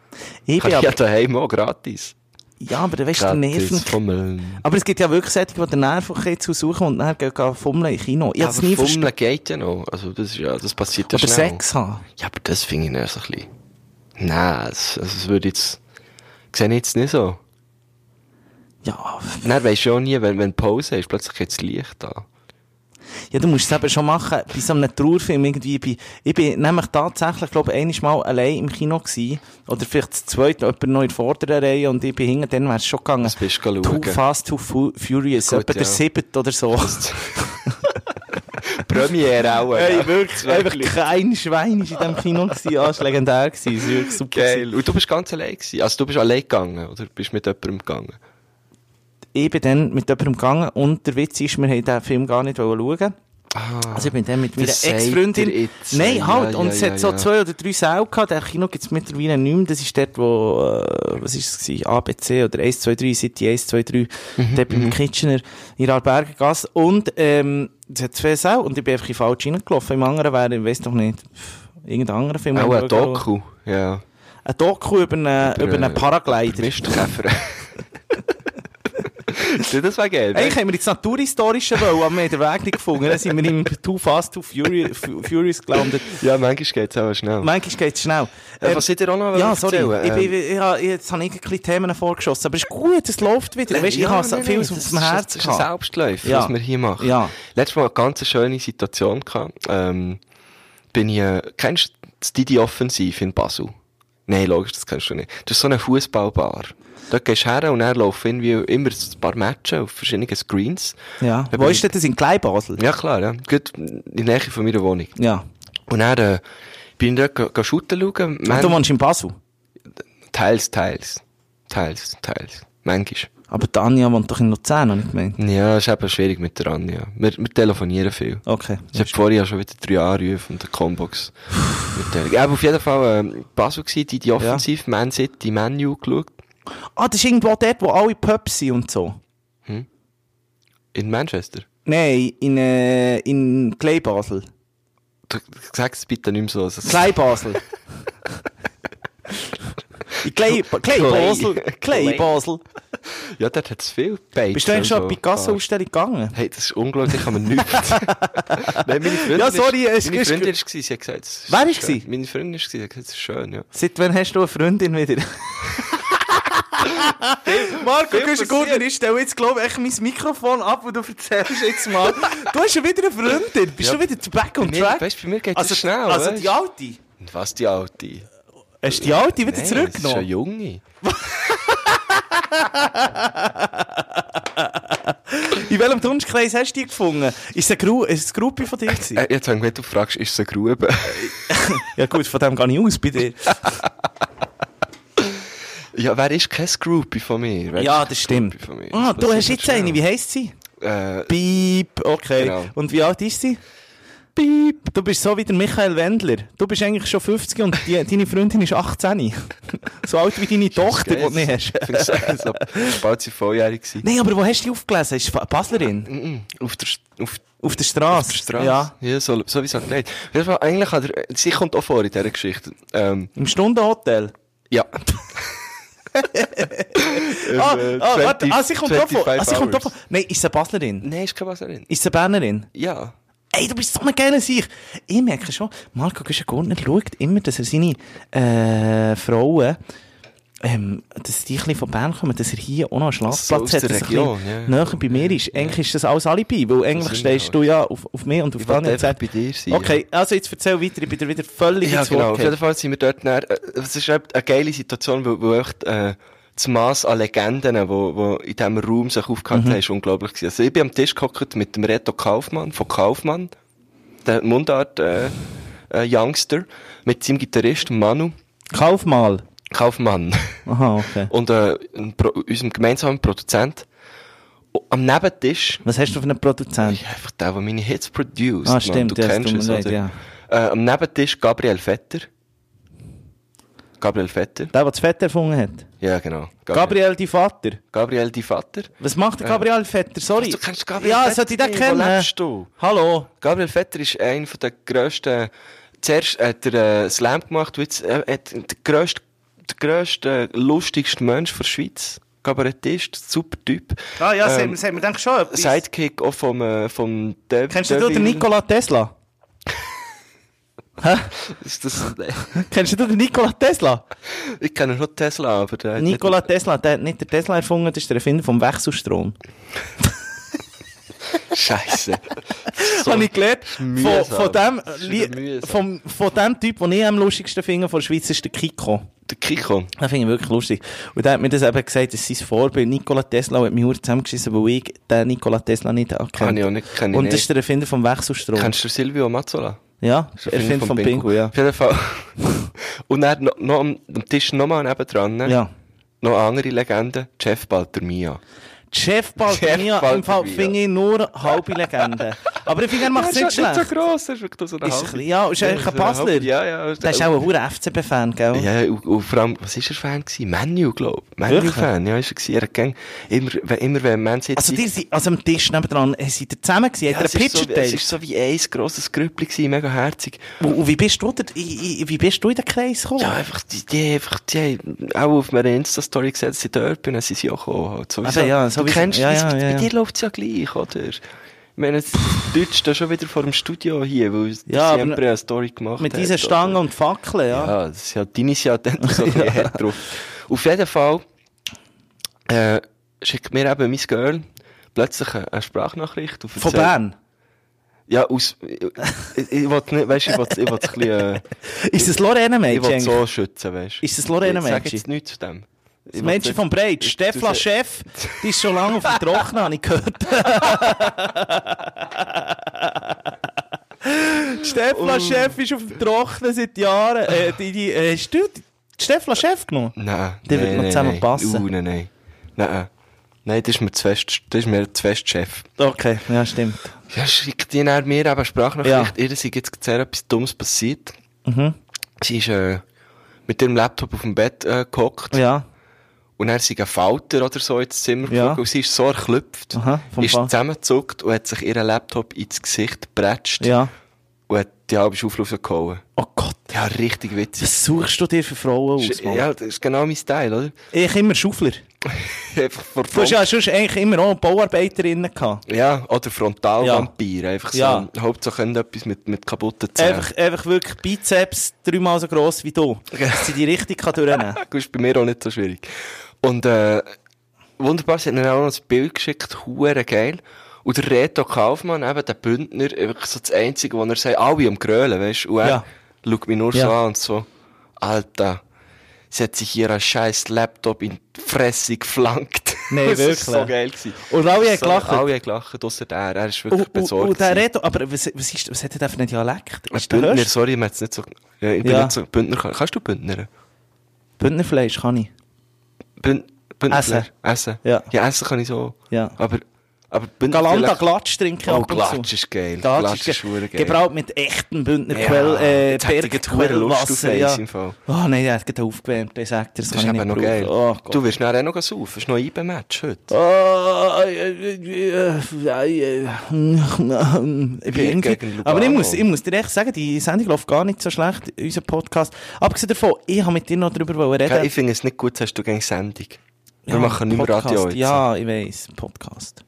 B: Ich
C: Kann
B: bin
C: ich ja
B: aber,
C: daheim auch gratis.
B: ja, aber du weißt, der
C: Gratis
B: Nerven.
C: Fummeln.
B: Aber es gibt ja wirklich solche, die den Nervenkitzel suchen und dann gehen gehen fummeln im Kino. Ich habe es
C: Aber
B: nie verstanden.
C: Fummeln geht ja noch. Also, das, ist ja, das passiert ja
B: Oder
C: schnell.
B: Sex haben.
C: Ja, aber das finde ich dann so ein bisschen... Nein, das, also das würde jetzt... Sehe ich jetzt nicht so.
B: Ja,
C: Dann weisst du auch nie, wenn, wenn Pause ist, plötzlich geht das Licht an.
B: Ja, du musst es eben schon machen. Bei so einem Trauerfilm irgendwie. Bei, ich bin nämlich tatsächlich, glaube ich, mal allein im Kino gewesen. Oder vielleicht zu zweit, jemand noch in der vorderen Reihe und ich bin hinten, dann wär's schon gegangen.
C: Das bist du
B: Too
C: schauen.
B: Fast, Too fu Furious.
C: Gut,
B: etwa
C: ja.
B: der siebte oder so.
C: Premiere auch.
B: Ey,
C: ja.
B: wirklich, einfach kein Schwein ist in diesem Kino gewesen. Ja, es war legendär gewesen. Es war wirklich super.
C: Geil. Und du bist ganz allein gewesen. Also du bist allein gegangen oder bist mit jemandem gegangen?
B: ich bin dann mit jemandem gegangen und der Witz ist, wir haben den Film gar nicht schauen wollen.
C: Ah.
B: Also ich bin dann mit meiner
C: sagt ihr
B: Ex-Freundin...
C: jetzt.
B: Nein,
C: Ja,
B: halt,
C: ja,
B: und es
C: ja,
B: hat so
C: ja.
B: zwei oder drei Säle gehabt, der Kino gibt es mittlerweile nicht mehr, das ist dort, wo, äh, was ist es gewesen, ABC oder 1, 2, 3, City 1, 2, 3, dort beim Kitchener in der Arbergengasse und ähm, es hat zwei Säle und ich bin einfach in den falschen reingelaufen, im anderen wäre, ich weiß doch nicht, pff, irgendein anderer Film.
C: Auch ein
B: geschaut, wo-
C: Doku. Ja.
B: Ein Doku über einen, über einen Paraglider.
C: Mistkäfer. Du, das wäre geil.
B: Eigentlich haben wir jetzt Naturhistorische wollen, aber wir haben den Weg nicht gefunden. Dann sind wir im Too Fast, Too Furious, Fu- Furious gelandet.
C: Ja, manchmal geht es auch schnell.
B: Manchmal geht es schnell.
C: Äh,
B: Ähm,
C: was seid ihr auch noch
B: ja,
C: wollt
B: sorry.
C: erzählen?
B: Ich bin,
C: Ähm,
B: ich, hab- jetzt habe ich ein bisschen Themen vorgeschossen, aber es ist gut, es läuft wieder. Weißt, ich
C: ja,
B: habe so
C: nein,
B: viel
C: nein,
B: auf
C: das
B: dem
C: ist-
B: Herz
C: Das ist ein
B: gehabt.
C: Selbstläufer,
B: Ja.
C: was wir hier machen.
B: Ja.
C: Letztes Mal eine ganz schöne Situation gehabt. Ähm, bin ich, äh, kennst du das Didi Offensiv in Basel? Nein, logisch, das kennst du nicht. Das ist so eine Fußballbar. Da gehst du her und er läuft irgendwie immer ein paar Matches auf verschiedenen Screens.
B: Ja.
C: Da
B: Wo
C: bin
B: ist denn das? In Kleinbasel?
C: Ja, klar, ja. Gut, in der Nähe von meiner Wohnung.
B: Ja.
C: Und dann, äh, bin ich dort go- go shooten schauen.
B: Und
C: Man-
B: du wohnst in Basel.
C: Teils, teils. Teils, teils. Manchmal.
B: Aber die Anja wohnt doch in Luzern, habe ich gemeint.
C: Ja, ist eben schwierig mit der Anja. Wir, wir telefonieren viel.
B: Okay.
C: Ich habe vorher ja schon wieder drei Anrufe und der Combox. mit der- Ja, aber auf jeden Fall, ähm, Basel gsi, die, die Offensiv, Man City, Menu geschaut.
B: Ah, das ist irgendwo dort, wo alle Pubs sind und so.
C: In Manchester.
B: Nein, in, äh, in Kleinbasel.
C: Du- Sag es bitte nicht mehr so. Also,
B: Kleibasel. Kleibasel. Kleibasel.
C: ja, dort hat es viel Bates.
B: Bist du eigentlich schon an
C: und
B: die
C: so. Ah.
B: Picasso-Ausstellung gegangen?
C: Hey, das ist unglaublich, ich kann mir nichts. Nein, meine Freundin
B: Ja, sorry, es
C: ist, meine
B: ist-
C: Freundin ist gewesen, sie hat gesagt, es ist
B: Wer ist
C: schön.
B: gewesen?
C: Meine Freundin ist gewesen, sie hat gesagt, es ist schön, ja.
B: Seit wann hast du eine Freundin wieder? Marco,
C: viel
B: du gut, ich stelle jetzt, glaube ich, mein Mikrofon ab und du erzählst jetzt mal. Du hast schon wieder eine Freundin. Bist
C: Ja.
B: du wieder back on
C: Bei mir,
B: track?
C: weißt, bei mir geht
B: also,
C: das schnell,
B: also
C: weißt?
B: die alte.
C: Und was die Alte?
B: Hast du die alte wieder
C: Nein, Das ist eine
B: zurückgenommen?
C: Junge.
B: In welchem Dunstkreis hast du die gefunden? Ist es eine Gru ist es eine Gruppe von dir? gewesen?
C: Äh, jetzt, wenn du fragst, ist es eine Grube?
B: ja gut, von dem gehe ich aus bei dir.
C: ja, wer ist kein Groupie von mir? Wer
B: Ja,
C: ist
B: das
C: kein
B: stimmt.
C: Groupie von mir?
B: Ah,
C: Das
B: du
C: passiert
B: hast jetzt
C: schnell.
B: eine. Wie heisst sie?
C: Äh,
B: Piep, okay.
C: Genau.
B: Und wie alt ist sie? Piep. Du bist so wie der Michael Wendler. Du bist eigentlich schon 50 und die, deine Freundin ist 18. so alt wie deine Tochter, die du nicht hast.
C: Ich sag's so, Sobald sie volljährig war.
B: Nein, aber wo hast du die aufgelesen? Ist Fa- Baslerin?
C: Mhm, Auf der, St- auf
B: Auf der Straße?
C: der Straße.
B: Ja.
C: so, so wie es halt geht. Auf jeden Fall, Eigentlich hat er, sie kommt auch vor in dieser Geschichte. Ähm,
B: Im Stundenhotel?
C: ja.
B: ah,
C: äh,
B: ah, warte, ah, sie kommt davon. Ah, sie kommt davon. Nein, ist sie eine Baslerin?
C: Nein, ist keine Wasserin.
B: Ist sie eine Bernerin?
C: Ja.
B: Ey, du bist so ein geiler Sieg. Ich merke schon, Marco Güschen-Gurtner schaut immer, dass er seine äh, Frauen, ähm, dass die ein bisschen von Bern kommen, dass er hier auch noch einen
C: So
B: Schlafplatz
C: aus
B: hat,
C: der
B: dass er ein
C: Region,
B: bisschen
C: ja.
B: näher bei mir ist. Eigentlich ist das alles Alibi, weil eigentlich
C: sind
B: stehst
C: wir
B: du ja auf, auf mich und auf
C: Ich wollte
B: Daniel.
C: einfach
B: Zett.
C: bei dir sein,
B: Okay, also jetzt erzähl weiter, ich bin dir wieder völlig
C: Ja,
B: ins
C: genau.
B: Wort
C: Auf jeden
B: gefallen.
C: Fall sind wir dort näher. Es ist eben eine geile Situation, weil, weil echt, äh, das Mass an Legenden, wo, wo in diesem Raum sich aufgehört haben, ist unglaublich gewesen. Also ich bin am Tisch gehockt mit dem Reto Kaufmann von Kaufmann, der Mundart, äh, äh, Youngster, mit seinem Gitarristen Manu
B: Kauf mal.
C: Kaufmann
B: Aha, okay.
C: und äh, einem Pro unserem gemeinsamen Produzent. Und Am Nebentisch
B: Was hast du für einen Produzent?
C: Ja, einfach der, der meine Hits produced.
B: Ah,
C: Mann.
B: stimmt,
C: du
B: ja, es
C: kennst
B: tut
C: es,
B: mir leid,
C: oder?
B: ja.
C: Äh, am Nebentisch Gabriel Vetter. Gabriel Vetter?
B: Der, der das Vetter erfunden hat.
C: Ja, genau.
B: Gabriel, die Vater.
C: Gabriel, die Vater.
B: Was macht der Gabriel Vetter? Sorry.
C: Äh, Was, du kennst Gabriel
B: ja,
C: Vetter
B: sollte ich den
C: nicht? Wo
B: kennen?
C: lebst du?
B: Hallo.
C: Gabriel Vetter ist einer der grössten... Zuerst hat er äh, Slam gemacht, weil jetzt, äh, hat der grösste, der grösste, äh, lustigste Mensch der Schweiz. Kabarettist, super Typ.
B: Ah ja,
C: Ähm,
B: ähm, sehen wir denke schon etwas.
C: Sidekick auch vom, äh, vom Dev-
B: Kennst du den
C: Devin.
B: Nikola Tesla?
C: Ist das,
B: Kennst du den Nikola Tesla?
C: ich kenne nur Tesla, aber der hat nicht-
B: Nikola Tesla, der hat nicht der Tesla erfunden, das ist der Erfinder vom Wechselstrom.
C: Scheiße. So.
B: Habe ich gelernt, von,
C: mühsam.
B: von, dem,
C: Das ist wieder
B: Lied-
C: mühsam.
B: vom, von dem Typ, den ich am lustigsten finde, von der Schweiz, ist der Kiko.
C: Der Kiko.
B: Das finde ich wirklich lustig. Und er hat mir das eben gesagt, das ist sein Vorbild. Nikola Tesla hat mich verdammt zusammengeschissen, weil ich den Nikola Tesla nicht
C: Kann ich
B: erkenne.
C: auch nicht, kann ich
B: Und das
C: nicht.
B: ist der Erfinder vom Wechselstrom.
C: Kennst du Silvio Mazzola?
B: ja,
C: Das ist der
B: Erfinder vom Pingu, ja.
C: Auf jeden Fall. Und er noch, noch am am Tisch nochmal nebendran, ne?
B: Ja.
C: noch eine andere Legende, Jeff Baltermia.
B: Jeff Baltimia,
C: Jeff
B: im Fall
C: Baltimia.
B: finde ich nur halbe Legende. Aber ich finde, er macht es nicht schlecht.
C: so gross, er ist wirklich so eine
B: Ist ein
C: halbe-
B: bisschen- ja, ist eigentlich ein
C: so eine
B: Basler.
C: halbe- Ja, ja.
B: Der ist auch ein hoher FCB-Fan, gell?
C: Ja, und, und vor allem, was war er Fan? gewesen? Manu, glaube ich.
B: Wirklich?
C: Manu-Fan, ja, ist er. gewesen. Er hat gang, immer, wenn- immer wenn Man City...
B: Also, die sind, also am Tisch nebenan, äh, seid ihr zusammen gewesen?
C: ja,
B: Hat
C: es
B: er einen Pitch
C: ist so, es
B: geteilt?
C: ist so wie ein grosses Grüppli gewesen, mega herzig.
B: Und und wie bist du, der, i- i- wie bist du in den Kreis gekommen?
C: Ja, einfach, die, die, einfach, die haben auch auf meiner Insta-Story gesagt, dass sie dort bin, dann sind sie auch gekommen. halt.
B: Aber
C: Sowieso.
B: Also ja,
C: du
B: sowieso.
C: kennst
B: Ja,
C: das,
B: ja, ja,
C: bei
B: ja.
C: dir läuft es ja gleich, oder? Ich meine, jetzt, die Leute stehen schon wieder vor dem Studio hier, weil
B: Ja,
C: ja,
B: aber
C: Siempre eine Story gemacht
B: Mit
C: hat,
B: diesen
C: oder?
B: Stangen und Fackeln, ja.
C: Ja, das ist halt deine Seite, da so ein bisschen hart drauf. Auf jeden Fall, äh, schickt mir eben mein Girl plötzlich eine eine Sprachnachricht. und
B: Von
C: erzählt-
B: Bern.
C: Ja, aus, ich, ich, ich wollte nicht, weißt, ich wollte, ich wollte es ein bisschen, äh,
B: Ist das Lorena
C: ich wollte
B: Mädchen?
C: so schützen, weißt
B: Ist das Lorena
C: Ich sag
B: Mädchen?
C: jetzt nichts zu dem.
B: Das Mädchen vom Breit. Stefla
C: sag-
B: Chef, die ist schon lange auf dem Trocknen, habe ich gehört. Die Stefla Chef ist auf dem Trocknen seit Jahren. Äh, die, die, äh, hast du die Stefla Chef genommen?
C: Nein.
B: Der wird
C: nein,
B: noch
C: nein,
B: zusammen
C: nein.
B: passen.
C: Uh, nein, nein. Nein, äh, nein, das ist mir zu fest, das ist mir zu fest, Chef.
B: Okay, ja, stimmt.
C: Ja, schickt die nach mir eben eine Sprachnachricht. Ihr sei jetzt sehr etwas Dummes passiert.
B: Mhm.
C: Sie ist, äh, mit ihrem Laptop auf dem Bett, äh, gehockt.
B: Oh Ja.
C: Und er sei ein Falter oder so ins Zimmer
B: Ja.
C: geflogen. Und sie ist so erklüpft.
B: Aha, vom
C: ist
B: Fall.
C: zusammengezuckt und hat sich ihren Laptop ins Gesicht gebretscht.
B: Ja.
C: Und hat die halbe Schaufel rausgehauen.
B: Oh Gott.
C: Ja, richtig witzig.
B: Was suchst du dir für Frauen aus, Mann?
C: Ja, das ist genau mein Style, oder?
B: Ich immer Schaufler.
C: Einfach vor
B: Du hast ja sonst eigentlich immer auch Bauarbeiterinnen gehabt.
C: Ja, oder Frontalvampir. Einfach so.
B: Ja.
C: Hauptsache können etwas mit, mit kaputten Zähnen.
B: Einfach, einfach wirklich Bizeps dreimal so gross wie du. Dass sie die richtig kann durchnehmen kann.
C: Das ist bei mir auch nicht so schwierig. Und, äh, wunderbar, sie hat mir auch noch ein Bild geschickt, hure geil. Und der Reto Kaufmann, eben der Bündner, einfach so das Einzige, wo er sagt, alle am Grölen, weißt du? Und er
B: Ja.
C: schaut mich nur so
B: Ja.
C: an und so, Alter, sie hat sich ihren scheiß Laptop in die Fresse geflankt.
B: Nein,
C: das
B: wirklich.
C: ist so geil gewesen.
B: Und alle haben
C: So,
B: gelacht.
C: Alle haben gelacht, ausser der. Er ist wirklich
B: Und, und,
C: besorgt.
B: und der
C: gewesen.
B: Reto, aber was, was, ist, was hat er denn für einen Dialekt? Ist der
C: Bündner,
B: Höchst?
C: sorry, man hat's nicht so. Ja, ich bin
B: Ja.
C: nicht so. Bündner, kann- kannst du Bündner?
B: Bündnerfleisch kann ich.
C: Bünd, Bündner
B: Essen.
C: Essen.
B: Ja.
C: ja, Essen kann ich so.
B: Ja.
C: Aber, aber Bündner.
B: Galanda Glatsch trinken.
C: Oh,
B: ab und zu.
C: Glatsch ist geil.
B: Glatsch,
C: Glatsch
B: ist
C: ist
B: geil.
C: hure geil.
B: Gebraut mit echtem Bündner
C: Ja,
B: Quell, äh,
C: jetzt hätte ich jetzt hure Lust auf
B: Bergquellwasser.
C: eins
B: Ja.
C: im Fall.
B: Oh nein, der hat gerade aufgewärmt. Der sagt, das, kann
C: Das ist
B: ich
C: eben
B: nicht
C: noch geil.
B: brauchen. Oh, Gott.
C: du wirst nachher auch noch saufen. Es ist noch ein IB-Match heute.
B: Ah, äh, äh, äh, äh, ich bin irgendwie-
C: gegen Lugano.
B: Aber ich muss, ich muss dir echt sagen, die Sendung läuft gar nicht so schlecht, unser Podcast. Abgesehen davon, ich habe mit dir noch darüber wollen
C: Gell,
B: reden.
C: Ich finde es nicht gut, hast du gegen Sendung. Wir
B: Ja,
C: machen nicht mehr
B: Podcast.
C: Radio jetzt.
B: Ja, ich weiss, Podcast.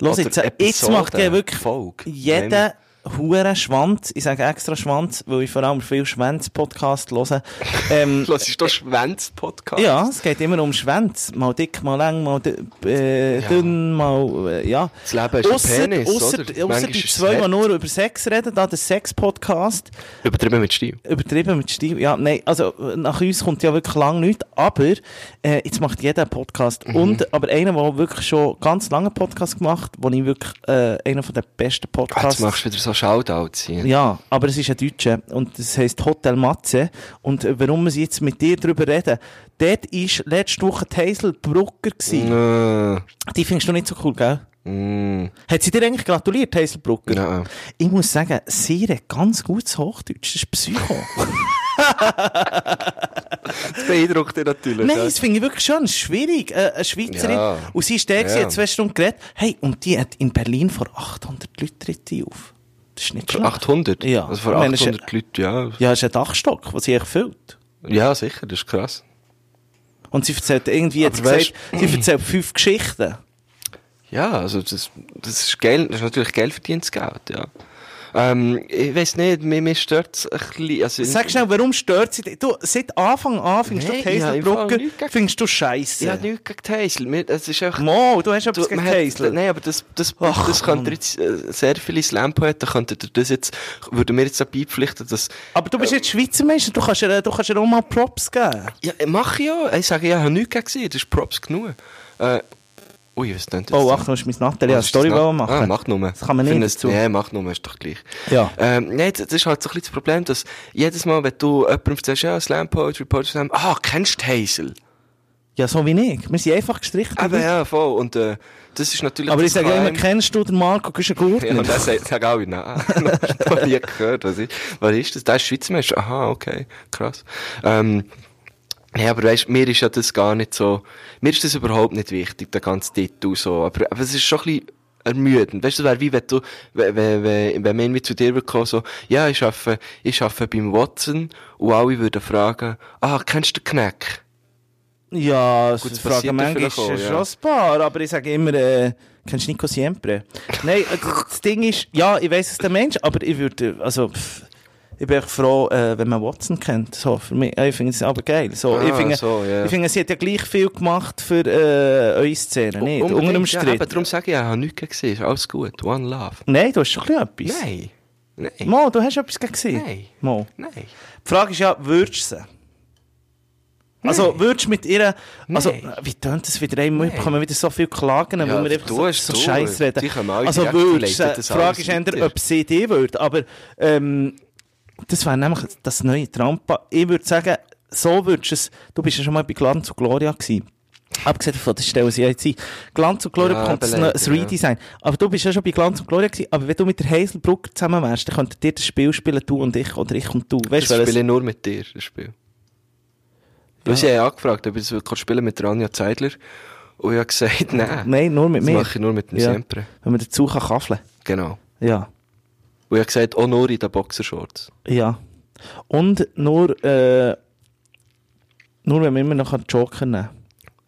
B: Los,
C: Oder
B: jetzt, äh, jetzt
C: Episode,
B: macht ja wirklich
C: Folge.
B: jeder Huren Schwanz, ich sage extra Schwanz, weil ich vor allem viel Schwänz-Podcast höre. Ähm,
C: Lass ist doch Schwänz-Podcast.
B: ja, es geht immer um Schwänz. Mal dick, mal lang, mal d- äh,
C: Ja.
B: dünn, mal, äh, ja.
C: Das Leben ist ein Penis,
B: ausser,
C: oder?
B: Ausser
C: Manchmal
B: die
C: ist es
B: zwei, die
C: hart.
B: nur über Sex reden, da der Sex-Podcast,
C: Übertrieben mit Stil.
B: übertrieben mit Stil, ja, nein, also, äh, nach uns kommt ja wirklich lang nichts, aber, äh, jetzt macht jeder einen Podcast.
C: Mhm.
B: Und, aber einer, der wirklich schon ganz lange einen Podcast gemacht, wo ich wirklich, äh, einer von der besten
C: Ah, Jetzt
B: Podcasts
C: machst du wieder so Shoutouts hier.
B: ja, aber es ist ein Deutscher und das heisst Hotel Matze. Und äh, warum wir jetzt mit dir darüber reden, dort war letzte Woche die Hazel Brucker.
C: Mhm.
B: Gewesen.
C: Nö.
B: Die findest du nicht so cool, gell?
C: Äh, Mm. Genau.
B: Hat sie dir eigentlich gratuliert, Hazel Brucker?
C: Nein.
B: Ich muss sagen, sie hat ganz gutes Hochdeutsch, das ist Psycho.
C: Das beeindruckt dich natürlich.
B: Nein,
C: ja.
B: das finde ich wirklich schon schwierig. Äh, eine Schweizerin.
C: Ja.
B: Und sie ist da, sie
C: Ja.
B: hat zwei Stunden geredet. Hey, und die hat in Berlin vor 800 Leuten tritt die auf. Das ist nicht
C: Vor
B: schlecht.
C: 800?
B: Ja.
C: Also vor
B: Ich meine, es ist-
C: 800 Leute, ja.
B: Ja, das ist ein Dachstock, was sie echt füllt.
C: Ja, sicher, das ist krass.
B: Und sie erzählt irgendwie, jetzt
C: Aber
B: gesagt, sie erzählt fünf Geschichten.
C: Ja, also das, das ist geil, das ist natürlich Geld verdientes Geld, ja. Ähm, ich weiß nicht, mir, mir stört es ein bisschen. Also,
B: Sag schnell, warum stört sie dich? Du, seit Anfang an findest
C: Nein,
B: du
C: ich hab im Fall
B: Häselbrücke,
C: nichts gegen-
B: findest du
C: ich habe
B: Scheiße.
C: nichts gegen die Heisel. Mir- Es ist echt.
B: Mo, du hast etwas
C: Du,
B: gegen
C: man hat,
B: Häsel.
C: nein, aber das, das,
B: Ach,
C: das
B: Mann.
C: könnte jetzt äh, sehr viele Slam-Poeten, könnten dir das jetzt, würden mir jetzt auch beipflichten, dass,
B: Aber du bist jetzt Schweizer Meister, du kannst ihr, du kannst ihr auch mal Props geben.
C: ja, mach ich ja, ich sage, ich habe nichts gegen sie, das ist Props genug. Äh, ui, was denn das?
B: Oh, ach, du hast mein Nathalie eine
C: Was ist Ah, das
B: Story
C: noch?
B: wollen machen.
C: Ah, mach nur.
B: Das kann man
C: Für
B: nicht
C: ein-
B: dazu.
C: Nein, mach nur, ist doch gleich.
B: Ja.
C: Ähm, nein, das das ist halt so ein bisschen das Problem, dass jedes Mal, wenn du jemandem sagst, ja, Slam Poetry, Poetry Slam, ah, kennst du Hazel?
B: Mhm. Ja, so wie nicht. Wir sind einfach gestrichen.
C: Aber ja, voll. Und äh, das ist natürlich...
B: Aber ich
C: das
B: sage immer,
C: Crime-
B: kennst du den Marco
C: Ja,
B: Güschengurtner?
C: und das sagt sag alle, nein, noch nie gehört. Was ist, was ist das? Das ist Schweizermeister. Aha, okay, krass. Ähm, nee, aber weißt, mir ist ja das gar nicht so, mir ist das überhaupt nicht wichtig, der ganze Titel so. Aber, aber es ist schon ein bisschen ermüdend. Weißt du, das wäre wie wenn du, wenn, wenn, wenn, wenn man irgendwie zu dir würde kommen, so, ja, ich arbeite, ich arbeite beim Watson und alle würden fragen, ah, kennst du den Knack?
B: Ja, es
C: Gut, das
B: fragen
C: passiert
B: manchmal
C: natürlich auch,
B: schon
C: ja.
B: ein paar, aber ich sage immer, äh, kennst du Nico Siempre? Nein, äh, das Ding ist, ja, ich weiß es der Mensch, aber ich würde, also, pff, ich bin echt froh, äh, wenn man Watson kennt, so, für mich, äh, ich finde es aber geil, so, ich
C: Ah,
B: finde,
C: so, ja.
B: ich finde, sie hat ja gleich viel gemacht für, äh, eure Szene, nicht?
C: Unbedingt,
B: Unter dem
C: Ja,
B: Strich.
C: aber darum sage ich, ich habe nichts gesehen, ist alles gut, one love.
B: Nein, du hast schon ein bisschen etwas.
C: Nein. Nein.
B: Mo, du hast etwas gegen sie?
C: Nein.
B: Mo.
C: Nein.
B: Die Frage ist ja, würdest du sie? Also, würdest du mit ihr. Also,
C: Nein.
B: wie tönt das wieder? Ey, wir bekommen wieder so viele Klagen,
C: Ja,
B: weil wir einfach
C: du
B: so,
C: hast
B: so
C: du.
B: Scheiß reden.
C: Die können alle
B: also,
C: direkt
B: würdest
C: verleiten,
B: du
C: das
B: sie? Die Frage
C: alles
B: ist eher,
C: weiter.
B: ob sie die würde. Aber ähm, das wäre nämlich das neue Trampa. Ich würde sagen, so würdest du es. Du bist ja schon mal bei Glanz zu Gloria gewesen. Abgesehen davon, das stellen sie ja jetzt ein. Glanz und Gloria
C: Ja,
B: bekommt
C: eben
B: ein neues
C: leider, ja.
B: Redesign. Aber du bist ja schon bei Glanz und Gloria gewesen. Aber wenn du mit der Hazelbrook zusammen wärst, dann könntet ihr das Spiel spielen, du und ich, oder ich und du.
C: Ich
B: Weißt du, weil es-
C: spiele nur mit dir, das Spiel. Weil sie haben angefragt, ob ich das will spielen mit der Anja Zeidler. Und ich habe gesagt, nein.
B: Nein, nur mit
C: Das
B: mir.
C: mache ich nur mit dem
B: ja.
C: Sempre.
B: Wenn man dazu kann kaffeln
C: Genau.
B: kann. Ja.
C: Und ich habe gesagt, auch nur in den Boxershorts.
B: Ja. Und nur, äh, nur wenn man immer noch einen Joker nehmen kann.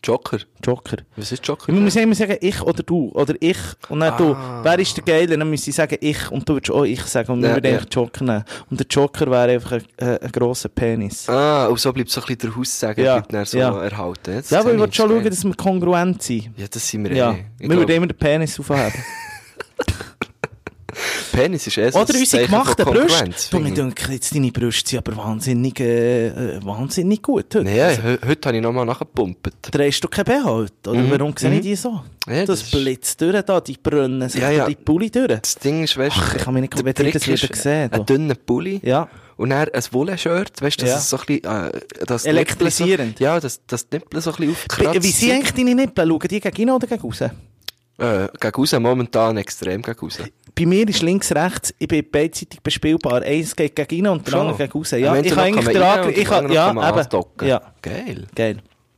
C: Joker.
B: Joker.
C: Was ist Joker?
B: Man muss immer sagen, ich oder du. Oder ich und dann du. Wer ist der Geile? Dann müsste ich sagen, ich und du würdest auch ich sagen. Und
C: Ah. Ja,
B: wir würden
C: ja.
B: eigentlich Joker nehmen. Und der Joker wäre einfach ein, äh, ein grosser Penis.
C: Ah, und so bleibt so ein bisschen der Haussager,
B: Ja,
C: ja. bleibt dann so
B: ja.
C: erhalten. Jetzt
B: ja, aber ich
C: sehe
B: will schon
C: es.
B: schauen, dass wir kongruent sind.
C: Ja, das sind wir
B: Ja.
C: eh.
B: Wir
C: Ich
B: würden
C: glaub,
B: immer den Penis aufheben.
C: Penis ist eh so
B: Oder
C: ein
B: unsere
C: Zeichen
B: gemachten
C: von
B: Brüste.
C: Konkurrenz, Mhm.
B: Du,
C: finde
B: mir
C: ich.
B: denke, jetzt deine Brüste sind aber wahnsinnig, äh, äh, wahnsinnig gut. heute.
C: Nein, ja, he- heute habe ich nochmal nachgepumpt.
B: Drehst du keinen BH heute? Oder warum sehe ich die so?
C: Mhm. Ja,
B: das
C: das ist-
B: blitzt durch da, die brennen sich
C: Ja, ja.
B: die Pulli durch.
C: Das Ding ist, weißt
B: Ach, ich kann mich nicht
C: der
B: komplett
C: Trick
B: das wieder
C: ist
B: sehen, du.
C: Ein dünner Pulli.
B: Ja.
C: Und dann ein Wollenshirt, weißt du, dass
B: Ja.
C: es so ein bisschen, äh, das
B: Elektrisierend.
C: Nippel So, ja, dass das Nippel so ein bisschen aufkratzt.
B: Wie sind eigentlich deine Nippel? Schauen die gegen innen oder gegen außen?
C: Äh, gegen raus, momentan extrem gegen raus.
B: Bei mir ist links, rechts, ich bin beidseitig bespielbar. Eins geht gegen innen und der
C: Schon?
B: andere gegen außen. Ja,
C: Wenn
B: ich
C: du
B: kann
C: noch
B: eigentlich
C: kann
B: den
C: man
B: Angriff-
C: rein und
B: ich
C: den
B: kann,
C: anderen
B: ja,
C: kann man
B: eben.
C: andocken.
B: Ja,
C: Geil.
B: geil.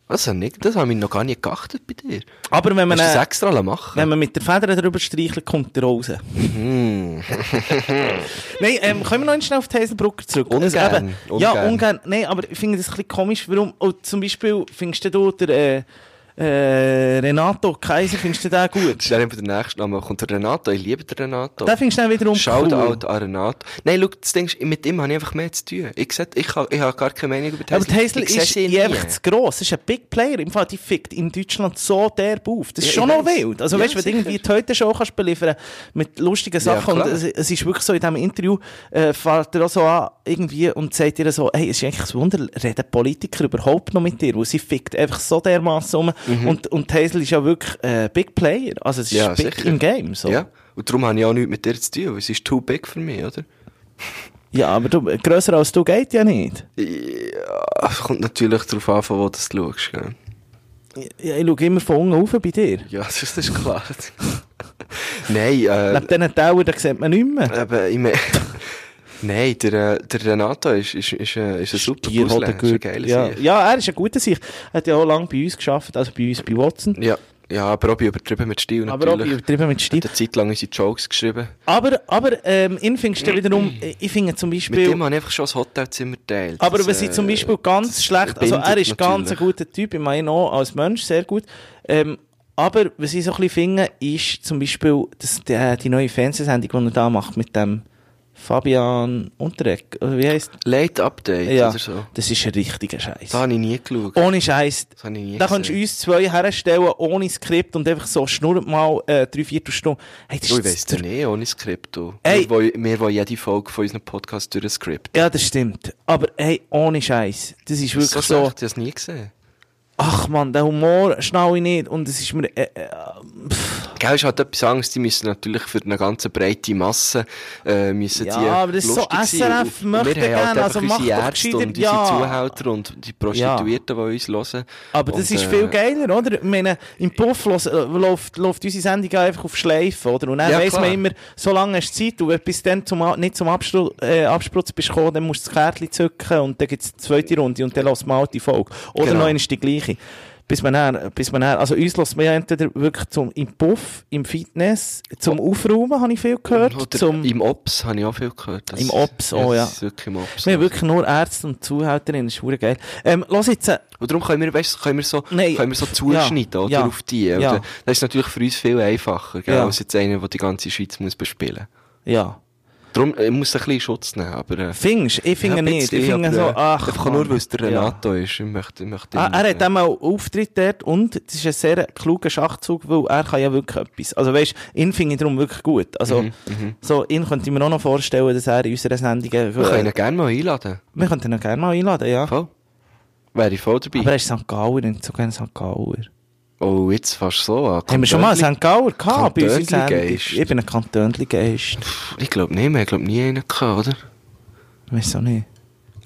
C: Das habe, ich, das habe ich noch gar nicht geachtet bei dir.
B: Aber wenn man,
C: Hast du das
B: äh,
C: extra machen
B: wenn man mit der Feder drüber streichelt, kommt der raus.
C: Mhm.
B: Nein, ähm, können wir noch schnell auf die Haselbrugger zurück? Also
C: Ungern,
B: eben, Ja,
C: ungern.
B: ungern. Nein, aber ich finde das ein bisschen komisch. Warum? Oh, zum Beispiel findest du den, äh, äh, Renato Kaiser, findest du den
C: Das
B: gut?
C: ist dann eben der nächste Name. Kommt der Renato. Ich liebe den Renato.
B: Den findest du dann wiederum cool.
C: Shoutout an Renato. Nein, schau, das Ding ist, mit ihm habe ich einfach mehr zu tun. Ich, sehe, ich, habe, ich habe gar keine Meinung über die
B: Aber die Hazel
C: Ich sehe
B: ist
C: sie nie.
B: einfach zu gross. Sie ist ein Big Player. Im Fall, die fickt in Deutschland so derb auf. Das ist
C: Ja,
B: schon
C: ich
B: noch
C: weiß.
B: wild. Also,
C: Ja,
B: weißt du, wenn du
C: sicher.
B: irgendwie die heute Show kannst beliefern mit lustigen Sachen. und
C: klar.
B: es, es ist wirklich so, in diesem Interview äh, fährt er auch so an irgendwie und sagt ihr so, hey, es ist eigentlich ein Wunder, reden Politiker überhaupt noch mit dir? Weil sie fickt einfach so dermassen um. Und, und die Hazel ist ja wirklich äh, Big Player. Also, es ist
C: Mhm. Ja,
B: big
C: sicher.
B: im Game. So.
C: Ja. Und darum habe ich auch nichts mit dir zu tun. weil Es ist too big für mich, oder?
B: ja, aber du, grösser als du geht ja nicht.
C: Ja, es kommt natürlich darauf an, von wo du es schaust. Gell?
B: Ja, ich schaue immer von unten rauf bei dir.
C: Ja, das ist, das ist klar. Nein, äh,
B: Neben diesen Tauern, da sieht man nicht mehr.
C: aber ich meine... Nein, der, äh, der Renato ist, ist, ist, äh, ist ein super
B: Stier
C: Puzzle.
B: hat er
C: Ist ein
B: gehört.
C: geiler
B: ja.
C: Sieg.
B: ja, er ist ein guter Sicht. Er hat ja auch lange bei uns geschafft, also bei uns bei Watson.
C: ja. Ja, aber auch bei übertrieben mit Stil
B: Aber auch bei-
C: natürlich.
B: übertrieben mit Stil.
C: Hat eine Zeit lang unsere Jokes geschrieben.
B: Aber, aber ähm, ihn findest du wiederum, äh, ich finde zum
C: Mit
B: Beispiel,
C: dem habe ich einfach schon das Hotelzimmer äh, teilt.
B: aber wenn sie zum Beispiel ganz schlecht, also er ist ganz ein guter Typ, ich meine ihn auch als Mensch sehr gut, ähm, aber was ich so ein bisschen finde, ist zum Beispiel dass die, die neue Fernsehsendung, die er da macht mit dem Fabian Unterreck, oder wie heisst
C: Late Update
B: Ja,
C: oder so.
B: das ist ein richtiger Scheiß.
C: Da habe ich nie geschaut.
B: Ohne Scheiß.
C: Das habe ich nie
B: Da kannst du
C: gesehen.
B: uns zwei herstellen, ohne Skript und einfach so schnurrt mal äh, drei Viertelstunden. Hey, das
C: Oh, ich
B: ist
C: weiss
B: der-
C: nicht, ohne Skript. du.
B: Ey.
C: Wir, wollen, wir wollen jede Folge von unserem Podcast durch ein Skript.
B: Ja, das stimmt. Aber hey, ohne Scheiß. Das ist
C: Das ist
B: wirklich
C: so
B: so,
C: schlecht, ich habe es nie gesehen.
B: ach man, der Humor schnau ich nicht. Und es ist mir, äh, äh,
C: Gell, ist halt etwas anderes. Die müssen natürlich für eine ganze breite Masse äh, müssen
B: Ja,
C: die
B: aber das ist so
C: lustig sein.
B: SRF
C: Und
B: möchte
C: wir haben halt
B: gerne,
C: einfach
B: also macht
C: unsere
B: doch
C: Ärzte
B: gescheiter-
C: und unsere
B: ja.
C: Zuhälter und die Prostituierten, die uns hören.
B: aber
C: und, äh,
B: das ist viel geiler, oder? Ich meine, im Puff los, äh, läuft, läuft unsere Sendung ja einfach auf Schleife, oder? Und dann
C: Ja,
B: weiss
C: klar.
B: man immer, so lange hast du Zeit, und wenn du bis dann zum, A- nicht zum Abstru äh, Absprutz bist gekommen, dann musst du das Kärtchen zücken und dann gibt's die zweite Runde und dann lässt man halt die Folge. Oder
C: Genau.
B: noch einmal die gleiche. Bis man dann, bis man dann, also uns lässt man ja entweder wirklich zum, im Puff, im Fitness, zum Aufräumen, habe ich viel gehört,
C: Oh. Oder
B: zum...
C: Im Ops habe ich auch viel gehört. Das-
B: Im Ops, oh ja.
C: Das ist wirklich im Ops.
B: Wir haben wirklich nur Ärzte und Zuhälterinnen, das ist verdammt geil. Ähm, los jetzt, äh,
C: Und darum können wir, weißt, können wir so,
B: Nein.
C: können wir so zuschneiden,
B: Ja.
C: oder?
B: Ja.
C: Auf die. Oder?
B: Ja.
C: Das ist natürlich für uns viel einfacher, gell,
B: Ja.
C: als jetzt einer, der die ganze Schweiz muss bespielen
B: ja.
C: muss. Darum, äh, ich muss ein bisschen in Schutz nehmen, aber, äh,
B: Fingst? Ich finde
C: ja, ein
B: nicht. Ich
C: bisschen,
B: finde so,
C: aber, äh,
B: ach.
C: Einfach nur,
B: Mann.
C: weil es der
B: Ja.
C: Renato ist. Ich möchte, ich möchte
B: Ah,
C: ihn
B: er
C: nicht,
B: hat
C: äh,
B: auch mal Auftritt dort und es ist ein sehr kluger Schachzug, weil er kann ja wirklich etwas. Also weißt, ihn finde ich darum wirklich gut. Also
C: Mhm,
B: so, ihn könnte ich mir auch noch vorstellen, dass er in unserer Sendung... äh,
C: Wir können ihn gerne mal einladen.
B: wir könnten ihn gerne mal einladen, ja.
C: Voll. Wäre ich voll dabei.
B: Aber er ist St. Gauer, nicht so gerne St. Gauer.
C: oh, jetzt fast so an.
B: Haben wir schon mal
C: Kantönli-
B: einen St. Gauer gehabt bei uns
C: Kantönli-Geist.
B: Ich bin ein Kantönli-Geist.
C: Ich glaube nicht, wir haben glaub, nie einen gehabt, oder?
B: Weiss auch nicht.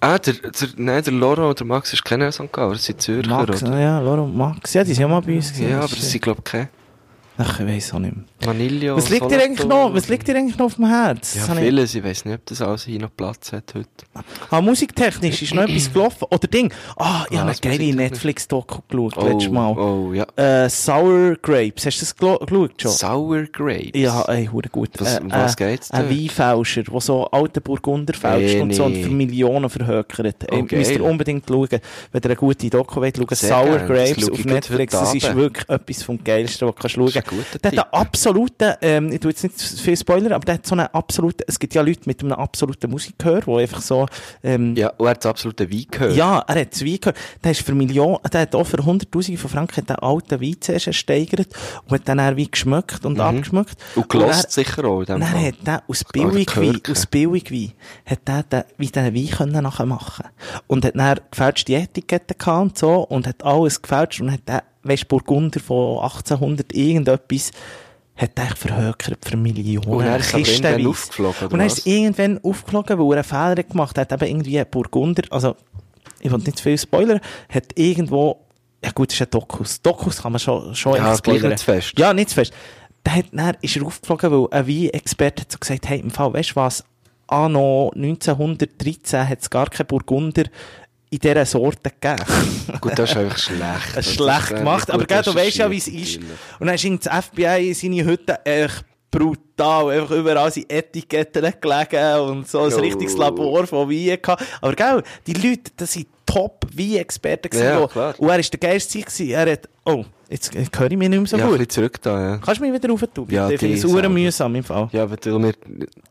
C: Ah, der, der, nein, der Laurent und der Max ist kein St. Gauer, das sind Zürcher,
B: Max,
C: oder?
B: ja, Laurent Max. Ja, die sind ja mal bei uns gewesen.
C: Ja, aber das sind, glaube ich, keine.
B: Ach, ich weiss auch nicht mehr.
C: Vanille
B: Was liegt dir eigentlich noch, was liegt dir eigentlich noch auf dem Herz? Das
C: Ja,
B: habe ich-
C: vieles. Ich weiß nicht, ob das alles hier noch Platz hat heute.
B: Ah, musiktechnisch ist noch etwas gelaufen. Oder Ding. Ah, ich
C: Ah,
B: habe eine
C: was
B: geile
C: musiktechnisch?
B: Netflix-Doku geschaut, letztes Mal.
C: Oh, ja.
B: Äh, Sour Grapes. Hast du das gelo- geschaut schon?
C: Sour Grapes.
B: ja, äh, ey, hure gut.
C: Was- um was geht's
B: Ein
C: dort?
B: Weinfälscher, der so alte Burgunder fälscht
C: Eh,
B: und so
C: nee.
B: und für Millionen verhökert. Ey,
C: Okay.
B: Müsst ihr unbedingt schauen, wenn ihr eine gute Doku wollt, schaut
C: Oh, Sehr
B: Sour
C: gerne, das
B: Grapes
C: schau
B: auf
C: ich gerade
B: Netflix.
C: heute
B: Das ist
C: Abend.
B: wirklich etwas vom Geilsten, was du kannst schauen
C: ist ein guter
B: Der hat
C: Tipp.
B: einen absoluten, ähm, ich tu jetzt nicht zu viel Spoiler, aber der hat so einen absoluten, es gibt ja Leute mit einem absoluten Musikgehör, wo einfach so, ähm,
C: Ja, und er hat das absolute Wein gehört.
B: ja, er hat zwei gehört. Der ist für Millionen, der hat auch für Hunderttausende von Franken den alten Wein zuerst ersteigert und hat dann wie geschmückt und abgeschmückt.
C: Mhm. Und gelost sicher auch. in dem
B: Und dann, dann
C: Fall.
B: hat der aus
C: Oder
B: Billigwein,
C: gehört,
B: aus Billigwein, hat der den, wie den Wein können nachher machen Und hat dann gefälschte Etiketten gehabt und so und hat alles gefälscht und hat den, weisst du, Burgunder von 1800 irgendetwas, hat er verhökert für Millionen.
C: Und er ist aber
B: Kistenweise.
C: irgendwann aufgeflogen, oder
B: Und er ist
C: was?
B: irgendwann aufgeflogen, weil er einen Fehler gemacht hat. Er hat eben irgendwie einen Burgunder, also, ich will nicht zu viel spoilern, hat irgendwo, ja gut, das ist ein Dokus. Dokus kann man schon, schon
C: Ja,
B: echt
C: gleich
B: spoilern.
C: nicht zu fest.
B: Ja, nicht zu fest. Dann, hat, dann ist er aufgeflogen, weil ein Wein-Experte hat so gesagt, hey, im Fall, weißt du was? Anno 1913 hat es gar keinen Burgunder in dieser Sorte gegeben.
C: Gut, das ist einfach schlecht.
B: Das
C: Das
B: ist
C: ist
B: Äh, schlecht
C: nicht
B: gemacht,
C: gut
B: aber gell, du weißt ja, wie es ist.
C: recherchiert,
B: Und dann ist irgendwie das FBI in seine Hütte echt brutal. Einfach überall sind Etiketten gelegen und so ein
C: Oh.
B: richtiges Labor von Wein gehabt. Aber gell, die Leute, das sind Top-Wein-Experten. gewesen,
C: Ja,
B: wo-
C: klar.
B: Und er ist der geilste gewesen. Er hat, oh, jetzt äh, höre ich mich nicht mehr so
C: Ja, ein
B: gut.
C: bisschen zurück da, ja.
B: Kannst du mich wieder rauf tun?
C: Ja,
B: ich finde es
C: die
B: super
C: selber.
B: mühsam im Fall.
C: Ja, aber du, wir,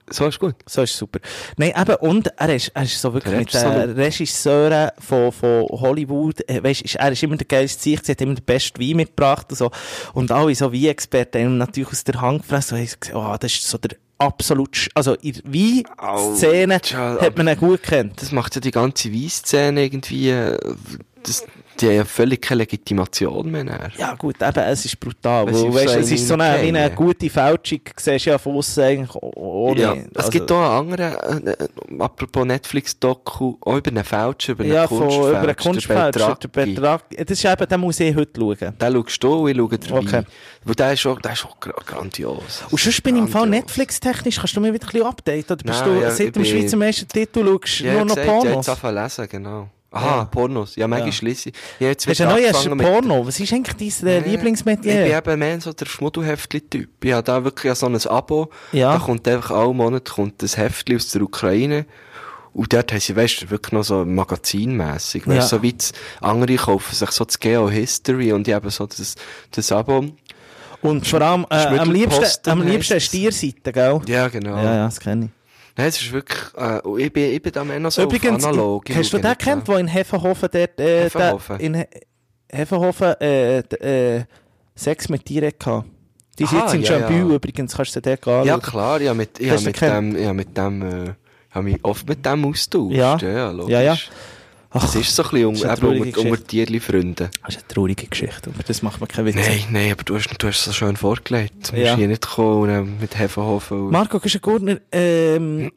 C: so ist gut.
B: So ist super. Nein, eben, und er ist, er ist so wirklich
C: Der
B: mit den Regisseuren von, von Hollywood, äh, weißt, ist, er ist immer der geilste Sieg, sie hat immer den besten Wein mitgebracht und so. Und alle so Wein-Experten haben ihn natürlich aus der Hand gefressen und haben gesagt, oh, das ist so der absolut, sch- also in der Wein-Szene
C: Au,
B: hat man ihn gut gekannt.
C: Das macht ja die ganze Weisszene irgendwie, äh, das, die haben ja völlig keine Legitimation mehr. näher.
B: Ja gut, eben, es ist brutal.
C: Es
B: Weil,
C: ist
B: weißt,
C: so
B: es ist so eine,
C: eine-
B: wie eine gute Fälschung, siehst du ja von aussen eigentlich o- ohne.
C: Ja, es
B: also-
C: gibt auch einen anderen, äh, äh, apropos Netflix-Doku, auch über einen Fälscher, über einen
B: ja, von,
C: Kunstfälscher.
B: über einen Kunstfälscher,
C: Betrag.
B: der Betrag. Das ist eben, den muss ich heute schauen.
C: Den schaust du an, ich schaue dabei.
B: Okay.
C: Weil der ist auch, der ist auch gra- grandios.
B: Und sonst bin ich im Fall
C: Grandios.
B: Netflix-technisch, kannst du mir wieder ein bisschen updaten? Oder bist
C: Nein,
B: du
C: ja,
B: seit
C: ich
B: dem
C: bin-
B: Schweizer Meistertitel schaust
C: Ja,
B: nur noch
C: gesagt, Ja,
B: Pornos?
C: jetzt anfangen lesen, genau. Aha, Pornos. Ja, manchmal
B: Ja.
C: schließe ich. ich habe jetzt
B: Hast du
C: wieder
B: ein neues
C: angefangen mit-
B: Porno? Was ist eigentlich dein äh,
C: Nee,
B: Lieblingsmetier?
C: Ich bin eben mehr so der Schmuddelheftli-Typ. Ich habe da wirklich so ein Abo.
B: Ja.
C: Da kommt einfach alle Monat kommt ein Heftli aus der Ukraine. Und dort haben sie, weißt du, wirklich noch so magazinmässig. Weißt
B: Ja.
C: du, so wie das- andere kaufen sich so das Geo History und ich eben so das, das Abo.
B: Und vor allem, äh, am
C: Schmüttelposten
B: liebsten, am
C: heisst
B: liebsten eine
C: es.
B: Stierseite, gell?
C: Ja, genau.
B: Ja, ja, das kenne ich.
C: Nein, es ist wirklich, äh, und ich bin, ich bin da mehr noch so auf
B: Übrigens,
C: analog. Ich
B: hast du
C: schaue
B: den
C: nicht,
B: kennt,
C: ja.
B: der in Hefenhofen dort, äh,
C: Hefenhofen?
B: der- in He Hefenhofen, äh, d- äh, Sex mit Tieren hatte? Die ist
C: Aha,
B: jetzt in
C: ja,
B: Jambu
C: ja.
B: übrigens, kannst du sie dort anschauen.
C: Ja, klar, ja, mit, ich
B: Hast
C: habe
B: du
C: mit
B: gekannt?
C: dem, ich habe mit dem, äh, habe mich oft mit dem austauscht.
B: Ja.
C: ja, logisch.
B: Ja, ja. Ach,
C: Es ist so ein bisschen
B: ist eine
C: unter, eben um
B: traurige
C: unter, unter Tierli-Freunden.
B: Das ist eine traurige Geschichte, aber das macht mir keinen Witz.
C: Nein, nein, aber du hast, du hast es so schön vorgelegt. Du musst
B: Ja.
C: hier nicht kommen und, ähm, mit Hefenhofen und...
B: Marco, bist du Gurtner? Ähm,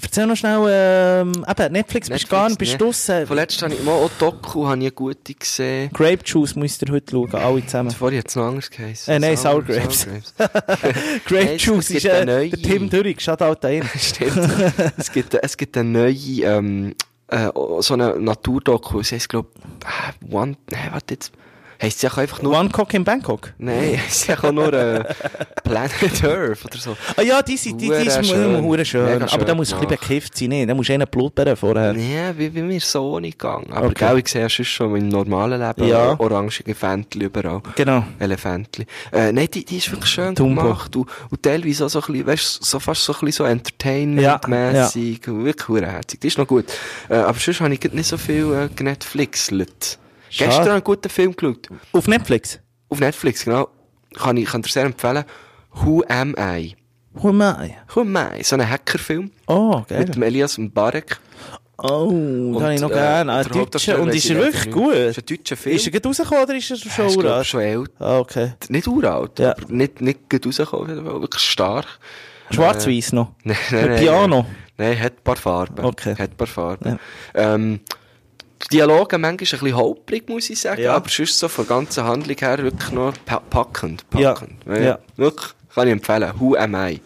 B: erzähl noch schnell, ähm, eben, Netflix, bist du gar nicht, bist
C: ne?
B: du draussen.
C: Vorletzt habe ich mal auch Doku, habe ich eine gute gesehen.
B: Grape Juice müsst ihr heute schauen, alle zusammen.
C: Vorher hat es noch anders geheißen.
B: Äh, nein, Sour Grapes. Grape
C: Nein, es-
B: Juice
C: es
B: ist
C: gibt
B: äh,
C: eine neue.
B: der Tim Dürrig, Shoutout an ihn.
C: Stimmt. es, gibt, es gibt eine neue, ähm, äh, so eine Naturdoku, es heisst, glaube ich, One, nein, warte jetzt, heisst sie auch einfach nur,
B: One Cock in Bangkok.
C: nein, heisst sie auch nur äh, Planet Earth oder so.
B: Ah ja, die, sind, die, die ist
C: Hure
B: immer
C: schön.
B: hure schön.
C: Mega
B: Aber da
C: schön
B: muss ein bisschen
C: gemacht.
B: bekifft sein, ne? Da muss einer blubbern vorher.
C: Nee, wie, wie mir so nicht gegangen. Aber
B: Okay.
C: gell, ich sehe sonst schon im normalen Leben
B: Ja.
C: orangige Fändchen überall.
B: Genau.
C: Elefantli. Äh, nein, die, die ist wirklich schön
B: Dumbo.
C: gemacht und, und teilweise auch so ein bisschen, weißt, so fast so ein bisschen so entertainment-mässig. und Wirklich hurenherzig. Die ist noch gut. Äh, aber sonst habe ich grad nicht so viel äh, genetflixelt.
B: Schade.
C: Gestern einen guten Film geschaut.
B: Auf Netflix.
C: Auf Netflix, genau. Kann ich, kann dir sehr empfehlen. Who Am I?
B: Who am I?
C: Who Am I? So ein Hackerfilm
B: Oh, geil.
C: mit dem Elias Mbarek.
B: Oh, den habe ich noch
C: äh,
B: gerne. Ah,
C: der
B: Deutscher.
C: Hauptdarsteller
B: Und
C: weiss
B: ist
C: ich
B: er
C: leider
B: wirklich
C: nicht.
B: gut?
C: Ist ein deutscher Film.
B: Ist er gerade rausgekommen oder ist er
C: Er
B: schon
C: ist, glaub,
B: uralt?
C: schon alt.
B: Ah, okay.
C: Nicht uralt,
B: Ja.
C: aber nicht, nicht gut rausgekommen, aber wirklich stark. Eh,
B: Schwarz-Weiß noch.
C: Nein, nein,
B: Mit
C: nein.
B: Piano.
C: Nein, hat ein paar Farben.
B: Okay.
C: Hat ein paar Farben. Ähm, die Dialoge manchmal ein bisschen holprig, muss ich sagen,
B: Ja.
C: aber sonst so von der ganzen Handlung her wirklich noch pa packend.
B: Ja.
C: packend. Ja.
B: Ja.
C: Wirklich, kann ich empfehlen. Who am I?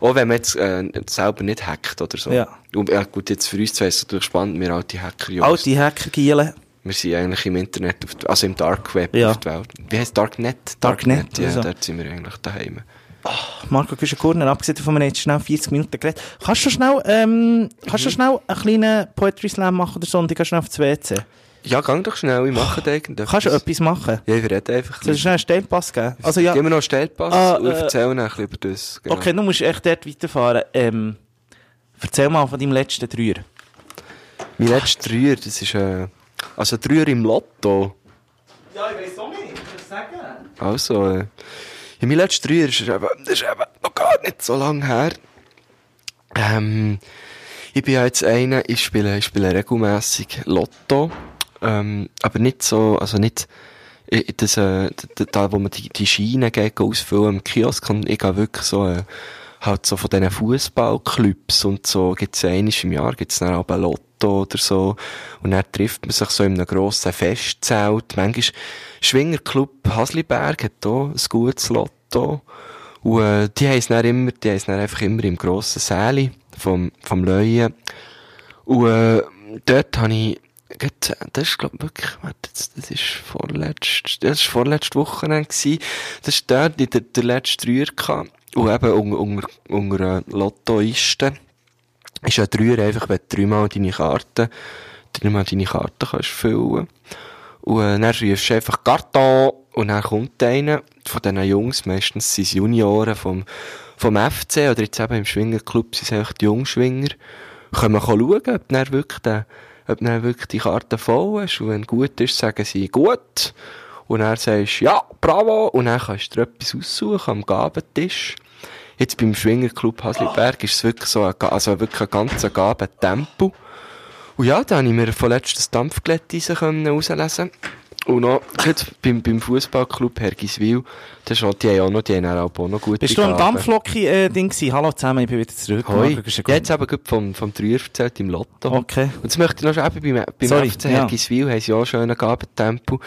C: Auch wenn man jetzt äh, selber nicht hackt oder so.
B: Ja.
C: Und, ja gut, jetzt für uns zwei ist es natürlich spannend, wir alte Hacker Jungs.
B: Alte Hackergiele.
C: Wir sind eigentlich im Internet, auf, die- also im Dark Web
B: Ja.
C: auf der Welt. Wie heißt Darknet?
B: Darknet,
C: ja,
B: also.
C: dort sind wir eigentlich daheim.
B: Marco Güschen-Kurner, abgesehen davon, wir haben jetzt schnell 40 Minuten geredet. Kannst du schnell, ähm, kannst
C: Mhm.
B: du schnell einen kleinen Poetry Slam machen oder so und ich gehe schnell auf das WC?
C: Ja, gang doch schnell, ich mache da irgendetwas.
B: Kannst du etwas machen?
C: Ja, ich rede einfach.
B: Soll ich schnell einen Steilpass geben? Also ja,
C: Gib mir noch einen Stellpass
B: Ah,
C: und
B: äh,
C: erzähl noch ein bisschen über das. Genau.
B: okay, du musst echt dort weiterfahren. Ähm, erzähl mal von deinem letzten Dreier.
C: Mein letzter Dreier, das ist äh, also Dreier im Lotto.
B: Ja, ich weiß auch nicht, was ich sagen.
C: Also, äh, ja, mein letzter Dreier ist eben, das ist eben noch gar nicht so lange her. Ähm, ich bin ja jetzt einer, ich spiele, ich spiele regelmässig Lotto. Ähm, aber nicht so, also nicht, i- i- das, äh, d- d- da, wo man die, die Schiene geht, ausfüllen im Kiosk, und ich gehe wirklich so, äh, halt so von diesen Fußballclubs und so, gibt's einmal im Jahr, gibt's dann auch ein Lotto oder so. Und dann trifft man sich so in einem grossen Festzelt. Manchmal Schwingerclub Hasliberg hat da ein gutes Lotto. Und, äh, die heisst dann immer, die heisst dann einfach immer im grossen Säli vom, vom Leuen. Und äh, dort habe ich, gerade- das ist glaube ich wirklich, warte, jetzt, das ist vorletzt, das ist vorletzte Woche gewesen. Das ist dort in der, der letzte Dreier gehabt. Und eben unter, unter, unter äh, Lottoisten ist ein Dreier einfach, wenn du dreimal deine Karte, dreimal deine Karte kannst füllen. Und äh, dann rufst du einfach Karton und dann kommt einer von diesen Jungs, meistens sind es Junioren vom, vom FC oder jetzt eben im Schwingerclub sind es einfach die Jungschwinger, können wir schauen, ob dann wirklich, der, ob dann wirklich die Karte voll ist und wenn gut ist, sagen sie gut und dann sagst du ja, bravo und dann kannst du dir etwas aussuchen am Gabentisch. Jetzt beim Schwingerclub Hasliberg ist es wirklich so ein, Ga- also wirklich ein ganzer Gabentempel. Und ja, da konnte ich mir von letztes Dampfgelegt rauslesen. Und noch, jetzt beim, beim Fußballclub Hergiswil, das ist noch, die haben auch noch, die haben dann auch noch gute
B: Bist du am
C: Gaben.
B: Dampflocki-Ding gewesen? Hallo zusammen, ich bin wieder zurück.
C: Hoi.
B: Marco Güschen-Kurner.
C: Jetzt eben gerade vom, vom Dreier erzählt im Lotto.
B: Okay.
C: Und das möchte ich noch schon eben beim, beim
B: Sorry,
C: FC
B: ja.
C: Hergiswil, haben sie auch einen schönen Gabentempel.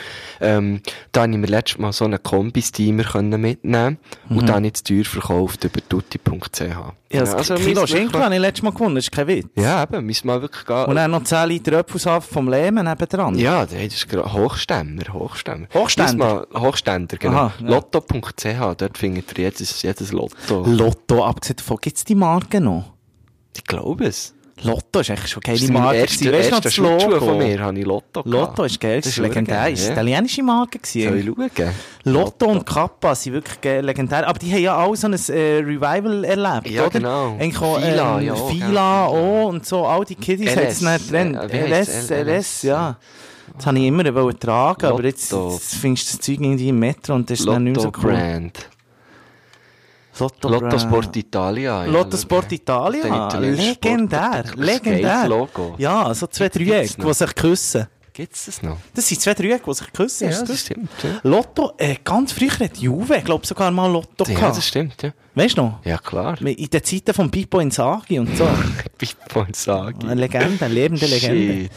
C: Ähm, da habe ich mir letztes Mal so einen Kombi-Steamer können mitnehmen und dann habe ich jetzt teuer verkauft über tutti.ch.
B: Mhm. Ja, das Kilo Schinken habe ich letztes Mal gewonnen, das ist kein Witz.
C: also Ja, eben, müssen wir wirklich gehen.
B: Und dann noch 10 Liter Apfelsaft vom Lehmann nebendran.
C: Ja, das ist gra- Hochstämmer, Hochstämmer.
B: Hochständer?
C: Lies Mal, Hochständer, genau.
B: Aha, ja.
C: Lotto.ch, dort findet ihr jedes, jedes Lotto.
B: Lotto, abgesehen davon, gibt es die Marke noch?
C: ich glaube es.
B: Lotto ist eigentlich schon eine
C: Das
B: geile
C: ist mein
B: Marke.
C: erster,
B: gewesen. Weisst du noch
C: erster
B: das
C: Schlittschuh
B: Logo?
C: von mir, habe ich Lotto gehabt.
B: Lotto ist geil, das ist
C: Soll ich
B: legendär. Das war
C: schauen?
B: eine italienische Marke.
C: Ja.
B: gewesen.
C: Soll ich schauen?
B: Lotto und Kappa sind wirklich ge- legendär. Aber die haben ja auch so ein äh, Revival erlebt,
C: Ja,
B: oder?
C: genau.
B: Eigentlich auch,
C: Fila,
B: ähm,
C: ja,
B: Fila auch und so. All die Kiddies
C: LS,
B: haben es nicht drin.
C: äh, wie
B: LS,
C: heisst's?
B: LS, ja. Das habe ich immer wollen tragen, aber jetzt,
C: Lotto.
B: jetzt findest du das Zeug irgendwie im Metro und das ist dann nicht mehr
C: Lotto
B: so cool.
C: Brand.
B: Lotto,
C: Lotto
B: Brand.
C: Sport Italia. Ah, ja,
B: Lotto
C: schau.
B: eh, Sport
C: Den
B: Italia,
C: italienischen Sport,
B: legendär,
C: wirklich ein
B: legendär.
C: geiles Logo.
B: Ja, so zwei
C: Gibt's
B: Dreiecke,
C: noch?
B: die sich küssen.
C: Gibt's das noch?
B: Das sind zwei Dreiecke, die sich küssen.
C: Nou, Ja,
B: ist
C: das stimmt, ja.
B: Lotto, äh, ganz früher hat Juve, glaube sogar mal Lotto
C: Ja,
B: gehabt.
C: das stimmt, ja.
B: Weißt du noch?
C: Ja, klar.
B: In den Zeiten von Pippo Inzaghi und so.
C: Bitcoin
B: Eine
C: sagen.
B: Legende, eine lebende Legende.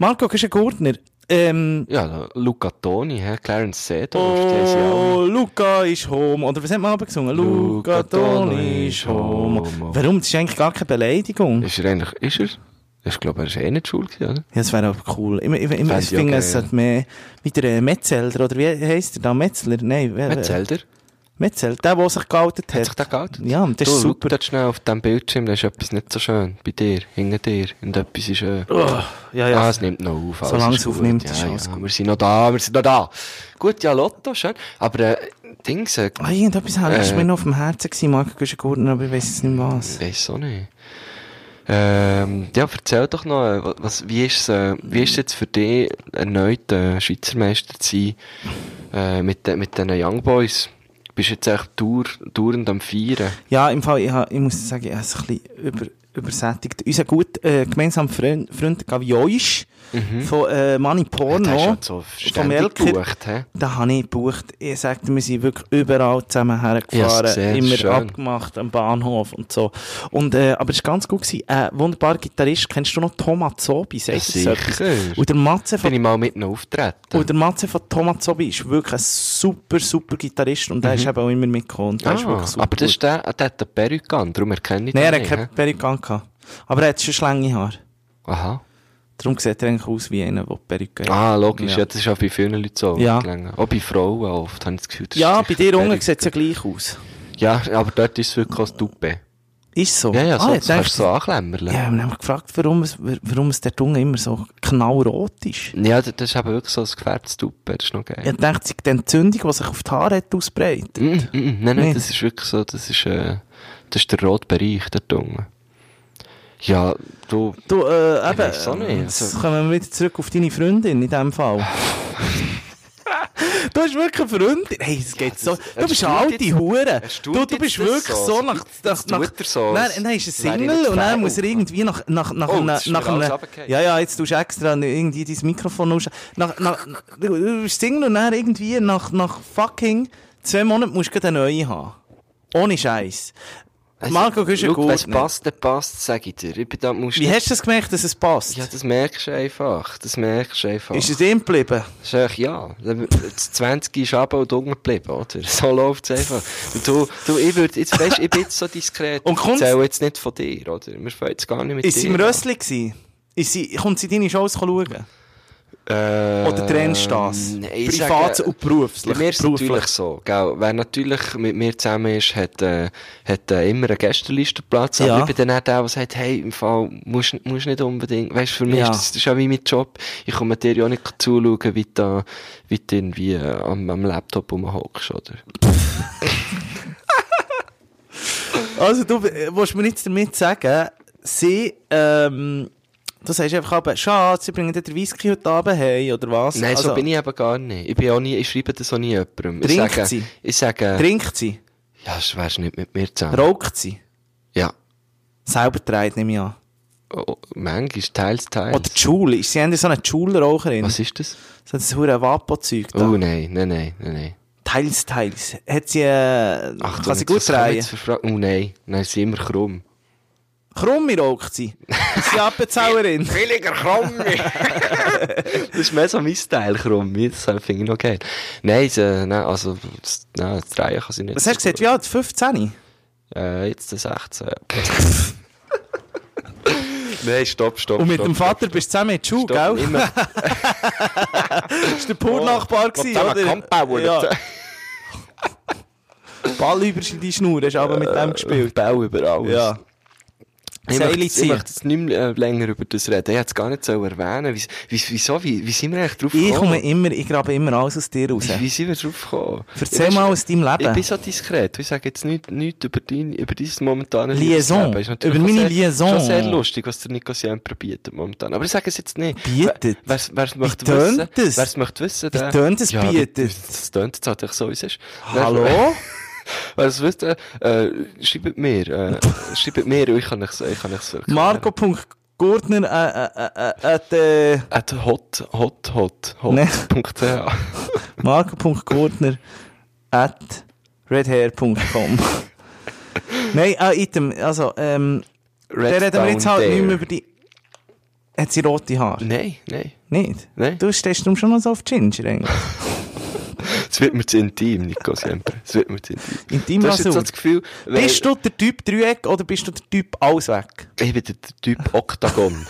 B: Marco, du Gurtner. Ähm,
C: Ja, Luca Toni, hä? Clarence Seedorf, der ist ja auch-
B: oh, Luca ist home. Oder was hat man aber gesungen? Luca
C: Luca
B: Toni
C: Toni
B: ist
C: ist
B: home.
C: home.
B: Warum? Das ist eigentlich gar keine Beleidigung. Ja,
C: Ist er eigentlich, ist er? Ich glaube, er ist eh nicht schuld, gewesen, oder?
B: das wäre aber cool. Ich, ich, ich, ich
C: Fänd ich auch
B: finde, es
C: geil.
B: hat mehr wieder äh, Metzelder, oder wie heisst er da? Metzler? Nein, wer?
C: Mit Zelder.
B: Metzelder, der, der sich geoutet
C: Hat sich
B: hat.
C: der gehalten?
B: Ja, und das ist
C: du,
B: super.
C: Schau dort schnell auf dem Bildschirm, da ist etwas nicht so schön. Bei dir, hinter dir. Und etwas ist schön.
B: Oh, ja,
C: Ah, es nimmt noch auf. alles
B: Solange
C: ist
B: es
C: gut.
B: aufnimmt,
C: ja,
B: ist alles
C: ja,
B: gut.
C: Wir sind noch da, wir sind noch da. Gut, ja, Lotto, schön. Aber, äh, Dings, äh,
B: Ah, irgendetwas äh, ist
C: Äh.
B: mir noch auf dem Herzen gewesen, Marco Gurtner, aber ich weiß es nicht mehr was.
C: Weiß auch nicht. Ähm, ja, erzähl doch noch, äh, was, wie ist es äh, wie ist jetzt für dich, erneut äh, Schweizer Meister zu sein äh, mit, den- mit diesen Young Boys? Bist jetzt echt dauer, dauernd am Feiern?
B: Ja, im Fall, ich, ha- ich muss sagen, ich habe es ein bisschen über, übersättigt. Unser gut äh, gemeinsamer Freund, Freund Gavi Joisch von äh, Money
C: Das hast du
B: Porno,
C: Mhm. ja so
B: vom
C: ständig
B: Elker,
C: gebucht, hä?
B: da habe ich gebucht. Ich sagte, wir sind wirklich überall zusammen
C: Ich
B: hergefahren,
C: hab's gesehen,
B: immer
C: schön.
B: abgemacht am Bahnhof und so. Und, äh, aber es war ganz gut. Gewesen. Äh, wunderbarer Gitarrist, kennst du noch Thomas Zobi? Sagst du
C: Ja,
B: etwas?
C: sicher.
B: Und der Matze von
C: Bin ich mal mit ihnen auftreten?
B: Und der Matze von Thomas Zobi ist wirklich ein super, super Gitarrist und der ist eben auch immer mitgekommen. und Der ist
C: Mhm. ah,
B: wirklich super.
C: aber das
B: gut.
C: ist der, der hat den Perückan, darum erkenne ich
B: Nein,
C: den
B: er hat
C: nicht,
B: keine Perücke gehabt. Aber er hat schon lange Haare.
C: hä? Aha.
B: Darum sieht er eigentlich aus wie einer, der Perücke hat.
C: Ah, logisch,
B: Ja.
C: ja. das ist auch bei vielen Leuten so.
B: Ja.
C: gelangen. Auch bei Frauen oft, habe ich das Gefühl. das
B: ja,
C: ist
B: bei
C: sicher
B: dir
C: die
B: unten
C: Perücke.
B: sieht es ja gleich aus.
C: Ja, aber dort ist es wirklich als Dupe.
B: Ist so.
C: Ja, ja, so,
B: ah, ich
C: das kannst du so
B: dachte-
C: anklemmerlen.
B: Ja, ich
C: Ja,
B: habe mich gefragt, warum es, wa- warum es dort unten immer so knallrot ist.
C: das, das ist eben wirklich so ein gefärbtes Dupe, das ist noch
B: Ich
C: geil.
B: dachte, es sei die Entzündung, die sich auf die Haare hat ausbreitet.
C: Mm, mm, mm, nein,
B: Nee.
C: nein, das ist wirklich so, das ist, äh, das ist der rote Bereich dort unten. Ja, du,
B: Du, äh, eben,
C: weiss auch nicht.
B: äh, jetzt
C: Also-
B: kommen wir wieder zurück auf deine Freundin in diesem Fall. du hast wirklich eine Freundin. Hey, es geht so. Du
C: es
B: bist eine
C: tut
B: alte
C: jetzt-
B: Hure.
C: es
B: Du,
C: tut
B: du
C: jetzt
B: bist
C: das
B: wirklich
C: so.
B: so nach... nach,
C: Jetzt
B: nach
C: tut er so,
B: Nein,
C: als
B: nein, er ist ein
C: wäre ich
B: Single
C: nicht
B: und dann
C: frei.
B: muss er irgendwie nach, nach, nach,
C: Oh,
B: einer...
C: jetzt ist
B: Nach
C: mir alles
B: einer
C: runtergefallen.
B: ja, ja, jetzt tust du extra irgendwie dein Mikrofon raus. Nach, nach, du, du bist Single und dann irgendwie nach, nach fucking zwei Monaten musst du gleich eine neue haben. Ohne Scheiß. Marco, du bist ein
C: Wenn es
B: Gurtner.
C: Also, passt, dann passt, sag ich dir. Ich bin da, musst
B: Wie hast du das gemerkt, dass es passt?
C: ja, das merkst du einfach. Das merkst du einfach.
B: Ist es ihm geblieben?
C: Das ist echt, ja. Das 20 ist aber auch dumm geblieben, oder? So läuft's einfach. Und du, du, ich würd, jetzt, weißt, ich bin jetzt so diskret.
B: Und kommt's-
C: Ich erzähl jetzt nicht von dir, oder? Wir fangen jetzt gar nicht mit
B: Ist sie
C: dir
B: im
C: an.
B: Rössli gewesen? Ist sie, kommt sie deine Shows schauen?
C: Äh,
B: Oder trennst du das?
C: nein, ich
B: Privat
C: sage,
B: und beruflich.
C: Bei mir ist es
B: Beruflich.
C: natürlich so, gell? Wer natürlich mit mir zusammen ist, hat, äh, hat äh, immer eine Gästelistenplatz.
B: Ja.
C: Aber ich bin dann auch der, der sagt, hey, im Fall, musst, musst nicht unbedingt, weißt, für mich
B: Ja.
C: ist das, das ist auch wie mein Job. Ich komme dir ja auch nicht zuschauen, wie du, wie du irgendwie äh, am, am Laptop rumhockst, oder?
B: Also, du äh, willst mir jetzt damit sagen, sie, ähm, du sagst einfach aber, Schatz, sie bringen dir den Whisky heute Abend hey oder was?
C: Nein,
B: also,
C: so bin ich eben gar nicht. Ich bin auch nie, ich schreibe das auch nie jemandem. Ich
B: Trinkt
C: sage,
B: sie?
C: ich sage,
B: Trinkt sie?
C: eh, ja, das wärst nicht mit mir zusammen.
B: Raucht sie?
C: Ja.
B: Selber dreht, nehme ich an.
C: Oh, manchmal, teils, teils.
B: Oder die Schule. Ist sie eher so eine Schulraucherin?
C: Was ist das?
B: So ein hure Wapo-Zeug da.
C: Oh nein, nein, nein, nein, nein.
B: Teils, teils. Hat sie, äh,
C: Achtung,
B: kann sie
C: jetzt,
B: gut
C: was kann ich
B: drehen?
C: jetzt für Fragen? Oh nein, nein, sie sind immer krumm.
B: Krumme raucht sie. Ist sie Appenzellerin?
C: Billiger krumm! das ist mehr so mein Teil krumm. Das finde ich noch geil. Nein, sie, nein, also, das- nein, das Drehen kann sie nicht.
B: Was hast du gesagt? Ja, 15.
C: Äh, jetzt der 16. nein, stopp, stopp.
B: Und mit
C: stopp,
B: dem
C: stopp,
B: Vater bist du zusammen in die Schule,
C: stopp,
B: gell?
C: immer-
B: Das war der Purnachbar,
C: Glaub,
B: gewesen,
C: der hat einen Kampf
B: oder?
C: gebaut.
B: Ball über die Schnur, hast du aber mit dem gespielt.
C: Bau über alles.
B: Ja.
C: Ich
B: Seile
C: möchte, ich
B: ziehen.
C: möchte jetzt nicht mehr äh, länger über das reden. Ich hätte es gar nicht so erwähnen. Wie, wie, wieso? Wie, wie sind wir eigentlich drauf
B: Ich komme immer, ich grabe immer alles aus dir raus.
C: Wie, wie sind wir drauf gekommen?
B: Erzähl
C: Ich-
B: mal aus deinem
C: Ich bin
B: Leben.
C: so diskret. Ich sage jetzt nichts nicht über, dein, über dein momentane
B: Liaison.
C: Liebesleben. Ist natürlich
B: Über
C: auch
B: meine
C: sehr,
B: Liaison.
C: Schon sehr lustig, was der Nico Siempre bietet momentan. Aber ich sage es jetzt nicht.
B: Bietet?
C: Wer wer's- wer's möchte
B: tönt
C: wissen,
B: es?
C: Wer es möchte wissen, der...
B: tönt es,
C: ja,
B: bietet?
C: Das, das tönt es natürlich so, wie es ist.
B: Hallo?
C: Wer es wüsste, äh, schreibt mir. Äh, schreibt mir, ich kann es ich kann es erklären.
B: Marco.Gurtner äh, äh, äh, äh, äh,
C: At hot, hot, hot, hot.
B: Nee.
C: Punkt, äh,
B: Marco.Gurtner at redhair.com. Nein, ah, item, also, ähm, der reden wir jetzt halt nicht mehr über die. Hat sie rote Haare?
C: Nein, nein.
B: Nicht?
C: Nein.
B: Du stehst darum schon noch so auf Ginger eigentlich.
C: Es wird mir zu intim, Nico Siempre. Es wird mir zu intim.
B: Intim
C: Du hast jetzt so
B: Rasur.
C: das Gefühl, weil-
B: Bist du der Typ Dreieck oder bist du der Typ alles weg?
C: Ich bin der Typ Oktagon.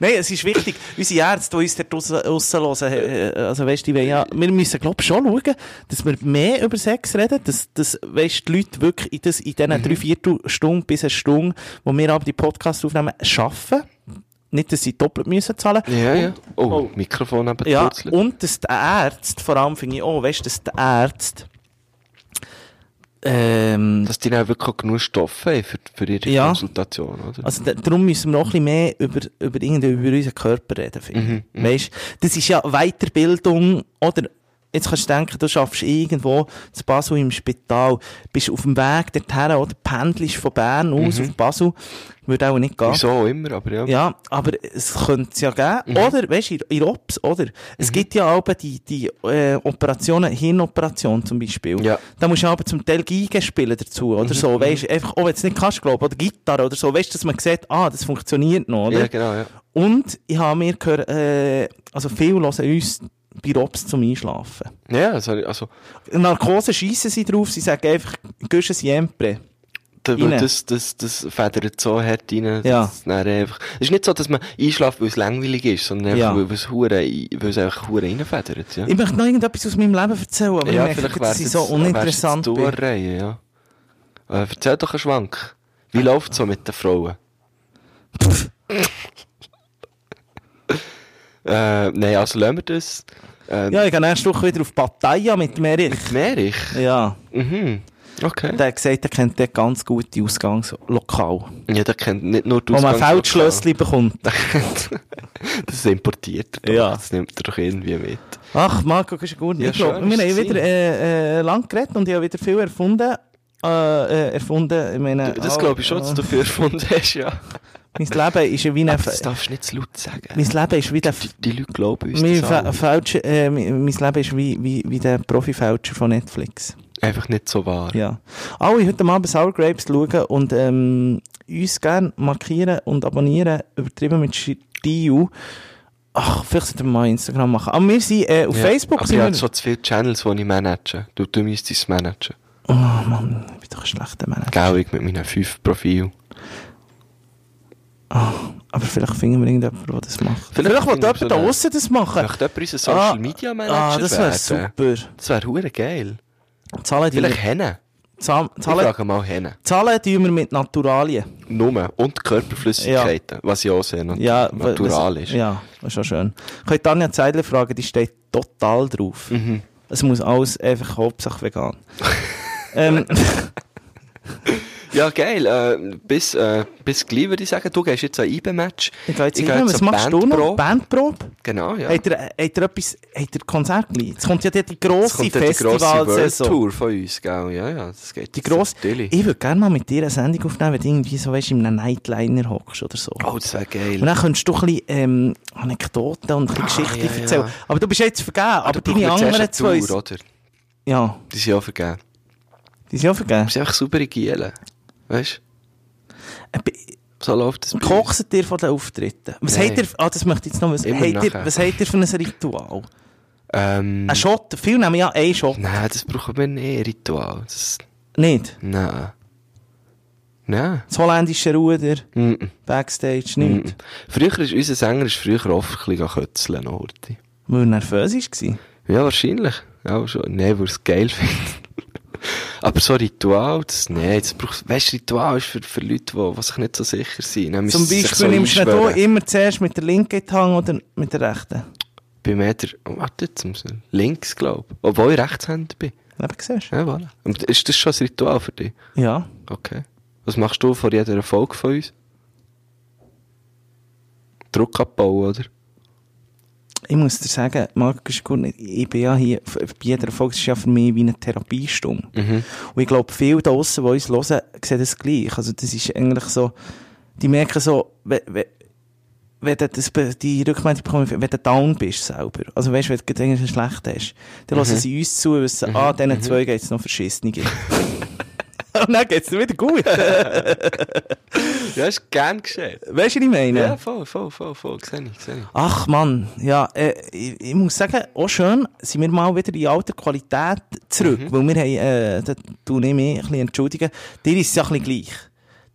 B: Nein, es ist wichtig. Unsere Ärzte, die uns dort draussen- draussen hören, äh, äh, also weißt du, die wollen ja, wir müssen glaube ich schon schauen, dass wir mehr über Sex reden, dass, dass weißt, die Leute wirklich in, das, in diesen
C: Mhm.
B: drei Viertelstunden bis eine Stunde, wo wir aber die Podcasts aufnehmen, arbeiten. Nicht, dass sie doppelt müssen zahlen
C: ja, ja. Oh, Mikrofon eben
B: Ja,
C: putzelt.
B: und dass die Ärzte, vor allem finde ich auch, weißt du, dass die Ärzte, ähm,
C: Dass die dann wirklich auch genug Stoff haben für, für ihre
B: Ja.
C: Konsultation, oder?
B: also da- darum müssen wir noch ein bisschen mehr über, über, irgendwie über unseren Körper reden, finde ich. Weißt das ist ja Weiterbildung, oder? Jetzt kannst du denken, du schaffst irgendwo zu Basel im Spital, bist auf dem Weg dorthin, oder? Pendelst von Bern aus auf Basel, würde auch nicht gehen.
C: Wieso auch immer, aber ja.
B: Ja, aber es könnte es ja
C: Mhm.
B: geben. Oder, weißt du, in- in Ops, oder? Es gibt ja auch die, die äh, Operationen, Hirnoperation zum Beispiel.
C: Ja. Mhm.
B: Da musst du aber zum Teil Geige spielen dazu, oder so. Weißt du, einfach, oh, wenn du es nicht kannst, glaube oder Gitarre oder so, weißt du, dass man sieht, ah, das funktioniert noch, oder?
C: Ja, genau, ja.
B: Und ich habe mir gehört, äh, also viele hören uns bei Ops zum Einschlafen.
C: Ja, sorry, also,
B: Narkose schiessen sie drauf, sie sagen einfach, «Gusche siempre».
C: da-
B: Rein.
C: das, das, das federt so hart rein.
B: Ja.
C: dass es dann einfach, es ist nicht so, dass man einschläft, weil es langweilig ist, sondern einfach,
B: Ja.
C: weil weil es hure, weil es einfach hure reinfedert, ja.
B: Ich möchte noch irgendetwas aus meinem Leben erzählen, aber
C: ja,
B: ich merke,
C: vielleicht
B: dass
C: wär's
B: ich
C: jetzt,
B: so uninteressant
C: wär's
B: bin.
C: jetzt die Ohrreihe, ja. Äh, erzähl doch einen Schwank. Wie
B: Äh.
C: läuft's so mit den Frauen? äh, nein, also lassen wir das. Äh,
B: Ja, ich gehe nächste Woche wieder auf Pattaya mit Merich.
C: Merich?
B: Ja,
C: Mhm. Okay.
B: der hat gesagt, er kennt dort ganz gute Ausgangslokal.
C: ja, der kennt nicht nur du.
B: Wo man Feldschlössli bekommt.
C: das importiert er doch.
B: Ja.
C: Das nimmt er doch irgendwie mit.
B: Ach, Marco, das ist gut.
C: Ja,
B: ich glaube,
C: schön
B: wir
C: ist's
B: haben wieder äh, äh, lang geredet und ich habe wieder viel erfunden. Äh, äh, erfunden, ich meine...
C: Das
B: auch,
C: glaube ich schon, dass
B: äh,
C: du dafür erfunden hast, ja.
B: Mein Leben ist ja wie ein...
C: Aber das
B: F-
C: darfst du nicht zu laut sagen.
B: Mein Leben ist wie der... F-
C: Die, die Leute glauben uns
B: Mein,
C: das alle.
B: Fe- Fälscher- äh, mein mein Leben ist wie, wie, wie der Profi-Fälscher von Netflix.
C: Einfach nicht so wahr.
B: Ja. Alle heute Abend Sour Grapes schauen und ähm, uns gerne markieren und abonnieren, übertrieben mit Shitiu. Ach, vielleicht sollten wir mal Instagram machen. Aber wir sind äh, auf
C: Ja,
B: Facebook.
C: Aber
B: Sind
C: ich
B: wir...
C: habe so zu viele Channels, die ich manage. Du, du müsstest es managen.
B: Oh Mann, ich bin doch ein schlechter Mann.
C: Gaurig mit meinen fünf Profilen.
B: Ah, Aber vielleicht finden wir irgendjemanden, der das macht.
C: Vielleicht
B: Vielleicht, will
C: finden wir
B: jemand
C: so
B: da
C: einen-
B: aussen das machen.
C: Möchte jemand unser Social
B: Ah,
C: Media Manager
B: Ah, das wäre
C: werden?
B: super.
C: Das wäre hure geil.
B: Zahlen tun
C: Vielleicht
B: wir-
C: Henne.
B: Zahlen-
C: Ich
B: Zahlen-
C: frage mal Henne.
B: Zahlen tun wir mit Naturalien.
C: Nummer und Körperflüssigkeiten, was ich auch sehe, nat
B: Ja, wa-
C: natural
B: was-
C: ist.
B: Ja, das ist auch schön. Ich könnte Tanja Zeidler fragen, die steht total drauf.
C: Mhm.
B: Es muss alles einfach hauptsächlich vegan. ähm,
C: Ja, geil. Äh, bis, äh, bis gleich würde ich sagen, du gehst jetzt an IBE-Match.
B: ich gehe jetzt
C: Ich
B: ich
C: gehe jetzt
B: was
C: an
B: machst du noch?
C: Bandprobe.
B: Bandprobe?
C: Genau, ja.
B: Hat, er, hat er etwas, hat er Konzert geliehen? Jetzt kommt ja die
C: Jetzt
B: grosse
C: kommt dann die grosse
B: Festivalsaison.
C: World-Tour von uns, gell? Ja, ja, das geht
B: Die
C: jetzt
B: grosse,
C: natürlich.
B: ich würde gerne mal mit dir eine Sendung aufnehmen, wenn du irgendwie so, weißt, in einem Nightliner hockst oder so.
C: Oh, das wäre geil.
B: Und dann könntest du ein bisschen ähm, Anekdoten und ein bisschen
C: Ah,
B: Geschichten
C: ja, Ah, ja.
B: erzählen. Aber du bist jetzt vergeben, aber
C: Da brauchen
B: deine
C: wir zuerst
B: anderen zwei...
C: eine Tour, oder?
B: Ja,
C: Die sind ja vergeben.
B: die sind auch vergeben.
C: Wir sind einfach saubere Gielen. Weißt du? So läuft das. bei uns.
B: Kokset ihr von den Auftritten? Was
C: Nein.
B: habt ihr, ah, das möchte ich jetzt noch wissen.
C: Immer
B: Habt ihr,
C: nachher. Hm.
B: was habt ihr für ein Ritual?
C: Ähm,
B: Ein Shot? Viele nehmen ja einen Shot.
C: nein, das brauchen wir nicht, Ritual. Das,
B: Nicht?
C: nein. Nein.
B: Das holländische Ruder,
C: Mhm.
B: Backstage,
C: Hm.
B: nicht.
C: Früher ist unser Sänger ist früher oft ein bisschen kötzeln, Horti.
B: Weil er nervös war.
C: Ja, wahrscheinlich. Ja, schon. Nein, weil er es geil findet. Aber so Ritual, das, nee, das braucht, weißt, Ritual ist für, für Leute, die, die sich nicht so sicher sind. Dann müssen
B: Zum
C: sie sich
B: Beispiel nimmst du
C: einschwören.
B: du immer zuerst mit der linken in die Hand oder mit der rechten.
C: Bei mir der, oh, warte, jetzt muss ich- links, glaube ich. Obwohl ich Rechtshänder bin.
B: Eben siehst du?
C: Ja, voilà. Und ist das schon ein Ritual für dich?
B: Ja.
C: Okay. Was machst du vor jeder Folge von uns? Druck abbauen, oder?
B: Ich muss dir sagen, Marco ist gut, nicht- ich bin ja hier, f- bei jeder Folge ist es ja für mich wie eine Therapiestunde. Und ich glaube, viele da draussen, die uns hören, sehen das gleich. Also das ist eigentlich so, die merken so, wenn, wenn, wenn du das, be- die Rückmeldung bekommst, wenn du down bist selber. Also weißt du, wenn du gerade irgendwas schlecht hast, dann hören sie uns zu und wissen, ah, diesen zwei geht es noch verschissen. und dann geht es wieder gut.
C: Ja, ist gern geschehen.
B: Weißt du, was ich meine?
C: Ja, voll, voll, voll, voll. Sehe ich, sehe ich.
B: Ach Mann, ja, äh, ich, ich muss sagen, auch schön sind wir mal wieder in alter Qualität zurück,
C: Mhm.
B: weil wir haben, äh, da tue ich mich ein bisschen entschuldigen, dir ist es ja ein bisschen gleich.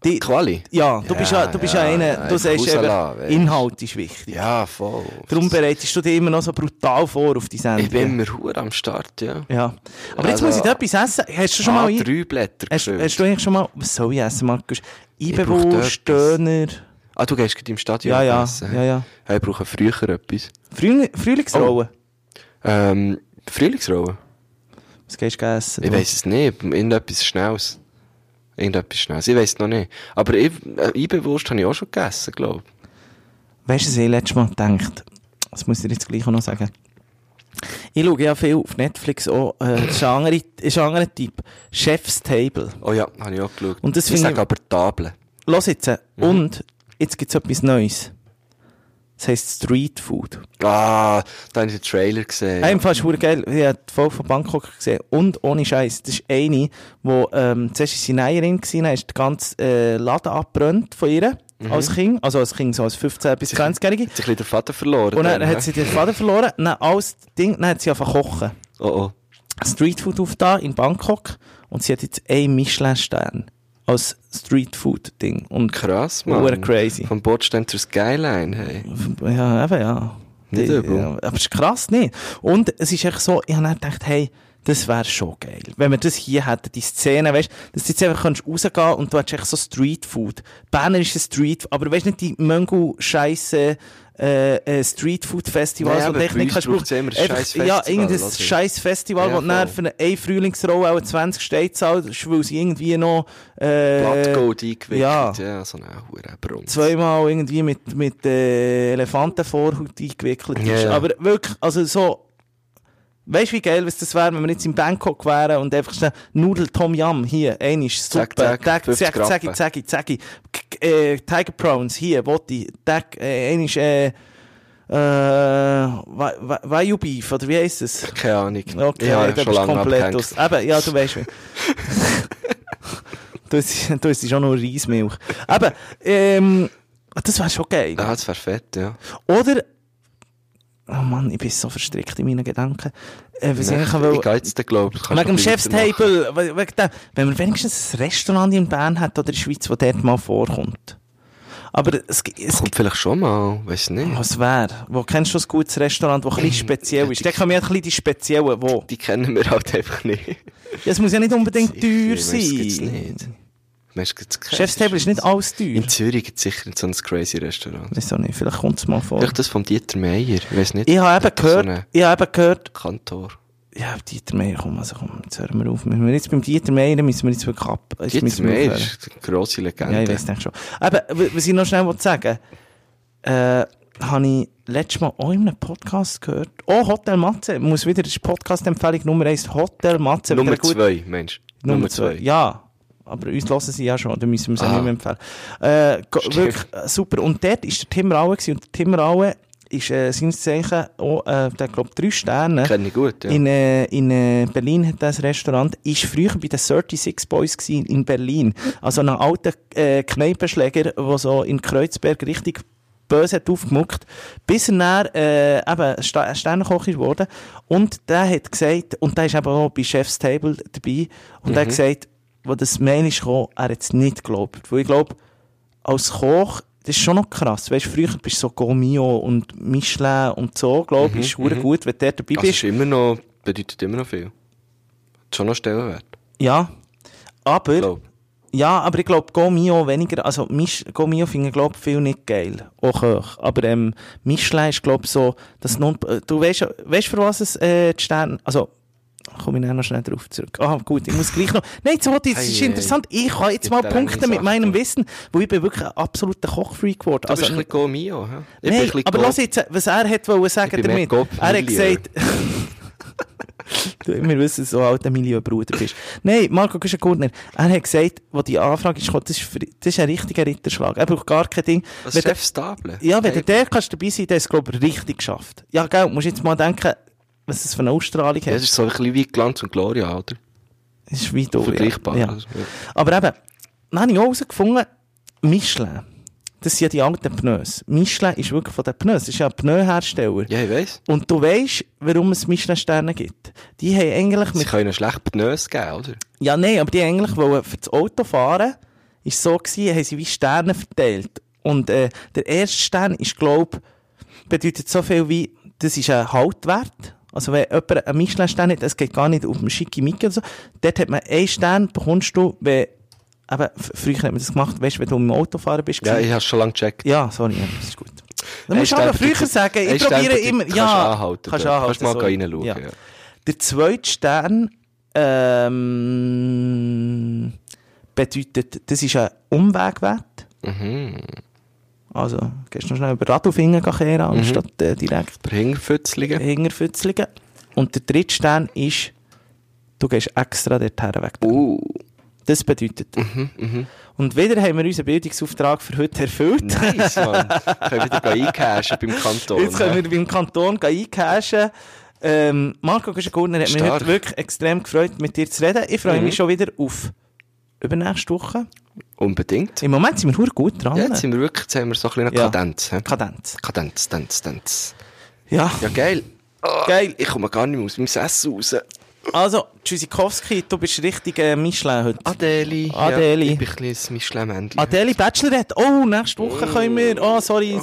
B: Dir-
C: Quali?
B: Ja, du bist ja, du bist ja, einer, du
C: ich
B: sagst eben,
C: rauslassen, weißt.
B: Inhalt ist wichtig.
C: Ja, voll.
B: Darum bereitest du dich immer noch so brutal vor auf die Sendung.
C: ich bin immer hure am Start, ja.
B: Ja. Aber jetzt
C: Also-
B: muss ich dir etwas essen. Hast du schon
C: ah,
B: mal... ein-
C: drei Blätter
B: Hast,
C: gefüllt.
B: hast du eigentlich schon mal... Was soll ich essen, Markus?
C: brauche etwas.
B: Ebenwurst, Döner...
C: Ah, du gehst gerade im Stadion
B: Ja, ja,
C: essen.
B: ja, ja.
C: Hey, ich brauche früher etwas.
B: Frühling, Frühlingsrollen.
C: Oh. Ähm, Frühlingsrollen?
B: Was gehst du essen?
C: Ich
B: du?
C: weiß es nicht. Irgendetwas Schnelles. Irgendetwas Schnelles. Ich weiß es noch nicht. Aber ich, äh, Eibenwurst habe ich auch schon gegessen, glaube ich.
B: Weißt du, was ich letztes Mal gedacht Das muss ich dir jetzt gleich auch noch sagen. Ich schaue ja viel auf Netflix auch äh, Genre, Genre-Typ. Chef's Table.
C: Oh ja, habe ich auch geschaut.
B: Und das
C: ich
B: finde
C: sage
B: ich-
C: aber Tablet.
B: Los jetzt. äh, Und jetzt gibt es etwas Neues. Das heisst Street Food.
C: Ah, da habe ich den Trailer gesehen.
B: Ja. Einfach ist verdammt geil. Ich habe die Folge von Bangkok gesehen. Und ohne Scheiß. Das ist eine, wo, ähm, zuerst ist sie Näherin gewesen, dann ist der ganze, äh, Laden abbrennt von ihr. Als Kind. Also als Kind, so als 15- bis 20-Jährige.
C: Hat sich ein bisschen der Vater verloren.
B: Und dann
C: dann,
B: hat sie den Faden verloren. Dann alles Ding, dann hat sie einfach kochen.
C: hä? Oh, oh.
B: Streetfood aufgetan in Bangkok und sie hat jetzt einen Michelin-Stern als Streetfood-Ding. Und
C: Krass, Mann.
B: Hure crazy. Eh,
C: Vom Bordstein zur Skyline, hey.
B: Ja, eben, ja.
C: Nicht
B: Die-
C: übel.
B: ja, aber es ist krass, nicht? Und es ist echt so, ich habe dann gedacht, hey, das wäre schon geil. Wenn wir das hier hätten, die Szene, weißt dass du jetzt einfach könntest rausgehen und du hättest echt so Streetfood. Berner ist ein Street, aber weißt nicht, die Möngu-Scheiße, äh, äh,
C: Nein,
B: Streetfood-Festivals,
C: aber
B: wo du echt
C: bei
B: nicht
C: uns
B: kannst
C: braucht's
B: brauchen.
C: immer ein
B: Einfach-
C: scheiß
B: Ja,
C: Festival,
B: irgendein
C: oder?
B: scheiß Festival,
C: Ja,
B: wo du dann
C: voll.
B: für eine Frühlingsrolle auch 20 Steine zahlst, weil sie irgendwie noch, äh,
C: Blattgold eingewickelt.
B: ja.
C: Ja. so eine hure Brunst.
B: zweimal irgendwie mit, mit äh, Elefantenvorhaut eingewickelt ist.
C: Ja, ja.
B: Aber wirklich, also so, weißt du, wie geil was das wäre, wenn wir jetzt in Bangkok wären und einfach schnell Nudel Tom Yum hier, einisch,
C: Zack,
B: super,
C: zack,
B: zack,
C: 50
B: zack, zack,
C: Rappen.
B: zack, zack, K- äh, Tiger Prawns hier, Botti, zack, äh, einisch, äh, äh, Wa- Wa- Wagyu Beef, oder wie heisst es?
C: Keine Ahnung.
B: Okay,
C: ja,
B: ja, du bist komplett aus. Eben, ja, du weißt wie. du isst- du isst schon nur Reismilch. Eben, ähm, ah, das wäre schon geil.
C: Ah, das wäre fett, ja.
B: Oder, oh Mann, ich bin so verstrickt in meinen Gedanken. Äh, was ich
C: Nein,
B: eigentlich
C: ich
B: will,
C: gehe jetzt, glaube ich.
B: wegen dem Chefstable, we- wegen dem, wenn wir wenigstens ein Restaurant in Bern hat oder in der Schweiz, das dort mal vorkommt. Aber es, gi- es
C: Kommt vielleicht schon mal, weiß nicht.
B: was wäre? Wo kennst du ein gutes Restaurant, das ein bisschen speziell ist? Da kann man ja ein bisschen die speziellen, wo.
C: Die kennen wir halt einfach nicht.
B: Ja, es muss ja nicht unbedingt teuer
C: Ich weiss jetzt
B: sein.
C: nicht. Weiss jetzt keinen.
B: Chefstable ist nicht alles teuer.
C: In Zürich gibt es sicher so ein crazy Restaurant.
B: Wieso nicht? Vielleicht kommt es mal vor.
C: Vielleicht das von Dieter Meier. Ich weiß nicht.
B: Ich habe eben
C: So
B: gehört,
C: einen
B: ich habe eben gehört,
C: Kantor.
B: ja, Dieter Meier, komm, also komm, jetzt hören wir auf. Wenn wir jetzt beim Dieter Meier, dann müssen wir jetzt wirklich ab. jetzt
C: Dieter
B: müssen wir
C: Meier
B: aufhören.
C: ist eine grosse Legende.
B: Ja, ich weiß nicht schon. Aber w- was ich noch schnell wollte sagen äh, habe ich letztes Mal auch in einem Podcast gehört. Oh, Hotel Matze, muss wieder, das ist Podcast-Empfehlung Nummer 1, Hotel Matze.
C: Nummer
B: Wieder gut-
C: zwei, Mensch.
B: Nummer zwei. Ja. Aber uns hören sie ja schon, dann müssen wir sie
C: Ah.
B: nicht mehr empfehlen. Äh, go- wirklich äh, super. Und dort war der Tim Raue gewesen. und der Tim Raue ist äh, seines Zeichen auch, äh, der glaube drei Sterne.
C: Kenne ich gut, ja.
B: In, äh, in äh, Berlin hat das Restaurant, ist früher bei den 36 Boys gewesen, in Berlin. Also ein alter äh, Kneipenschläger, der so in Kreuzberg richtig böse hat aufgemuckt, bis er dann, äh, eben Sta- Sternenkoch ist geworden. Und der hat gesagt, und der ist eben auch bei Chef's Table dabei, und
C: Mhm.
B: der hat gesagt, wo das Mail ist gekommen, er hat es nicht geglaubt. Weil ich glaube, als Koch, das ist schon noch krass. Weißt, früher bist du so Gomio und Michelin und so, glaube ich, ist mhm. gut, wenn du dort dabei
C: mhm. Also
B: bist.
C: ist immer noch, bedeutet immer noch viel. Hat schon noch Stellenwert.
B: Ja, aber...
C: Glaub.
B: Ja, aber ich glaube, Gomio weniger, also Misch, Gomio finde ich glaube viel nicht geil, auch hoch. Aber ähm, Michelin ist glaube so, dass nun, äh, du weißt, ja- weißt für was es äh, die Sterne, also komme ich nachher noch schnell drauf zurück. Ah, gut, ich muss gleich noch. Nein, jetzt wollte ich, das ist
C: Ei, ei.
B: interessant. Ich kann jetzt
C: Gibt
B: mal
C: da lange
B: punkten mit
C: Sachen.
B: meinem Wissen, weil ich bin wirklich ein absoluter Kochfreak geworden.
C: Also,
B: Also,
C: ein bisschen Go Mio. hä? Ich bin ein
B: nein,
C: bisschen
B: aber
C: Go-
B: lass jetzt, was er hat wollen
C: Ich bin
B: sagen
C: mehr
B: damit.
C: Gop
B: Er hat
C: Milieu.
B: gesagt, Du, wir wissen, so alt ein Milieubruder bist. Nein, Marco Güschen-Gurtner, er hat gesagt, wo die Anfrage ist, gekommen, das ist, für, das ist ein richtiger Ritterschlag. Er braucht gar kein Ding.
C: Was
B: Wenn der-
C: Chef Stable?
B: ja, wenn du
C: Hey,
B: der kannst dabei sein, der ist glaube ich, richtig geschafft. Ja, gell, musst jetzt mal denken, was es für eine Ausstrahlung hat.
C: Das ist so ein bisschen wie Glanz und Gloria, oder?
B: Das ist wie du.
C: Vergleichbar.
B: Ja.
C: Also, ja.
B: Aber eben, dann habe ich auch herausgefunden, Michelin, das sind ja die alten Pneus. Michelin ist wirklich von den Pneus, das ist ja ein Pneuhersteller.
C: Ja, ich weiss.
B: Und du weißt, warum es Michelin-Sterne gibt. Die haben eigentlich
C: Sie
B: mit
C: können schlecht Pneus geben, oder?
B: Ja, nein, aber die eigentlich wollen für das Auto fahren, ist so gewesen, haben sie wie Sterne verteilt. Und äh, der erste Stern ist, glaube bedeutet so viel wie, das ist ein Haltwert. Also wenn jemand einen Michelin-Stern hat, es geht gar nicht um Schickimicki oder so, dort hat man einen Stern, bekommst du, wenn, eben, f- früher hat man das gemacht, weißt du, wenn du im Autofahren bist.
C: Ja,
B: gewesen.
C: ich habe schon lange gecheckt.
B: ja sorry, ja, das ist gut. Du
C: Ein
B: musst aber
C: Stern
B: früher
C: bedeutet-
B: sagen,
C: ein
B: ich
C: Stern
B: probiere
C: bedeutet,
B: immer,
C: kannst
B: ja,
C: anhalten
B: kannst
C: dort.
B: anhalten,
C: Kannst mal
B: sorry.
C: reinschauen,
B: Ja.
C: ja.
B: Der zweite Stern ähm, bedeutet, das ist ein Umwegwert. Also, gehst du noch schnell über Radlfingen kehren, anstatt äh, direkt
C: Der Hingerfützlige.
B: hinterfützligen. Und der dritte Stern ist, du gehst extra dorthin weg.
C: Uh.
B: Das bedeutet.
C: Mhm.
B: Und wieder haben wir unseren Bildungsauftrag für heute erfüllt.
C: Nice, Mann. Können wieder gehen eincashen beim Kanton. ne?
B: Jetzt können
C: hä?
B: wir beim Kanton gehen eincashen. Ähm, Marco Güschen-Gurtner hat mich
C: Stark.
B: heute wirklich extrem gefreut, mit dir zu reden. Ich freue mich schon wieder auf übernächste Woche.
C: Unbedingt.
B: Im Moment sind wir verdammt gut dran. ne?
C: Ja, jetzt sind wir wirklich, jetzt haben wir so ein bisschen eine
B: Ja.
C: Kadenz. hä?
B: Kadenz.
C: Kadenz, Tanz, Tanz.
B: Ja.
C: Ja, geil. Ah,
B: Geil.
C: Ich komme gar nicht mehr aus meinem Sessel raus.
B: Also, Tschüssikowski, du bist richtig äh, Michelin heute.
C: Adeli.
B: Adeli.
C: Ja, ich bin ein bisschen ein Michelin-Männchen.
B: Adeli Bachelorette. Oh, nächste Woche können wir. Oh, sorry.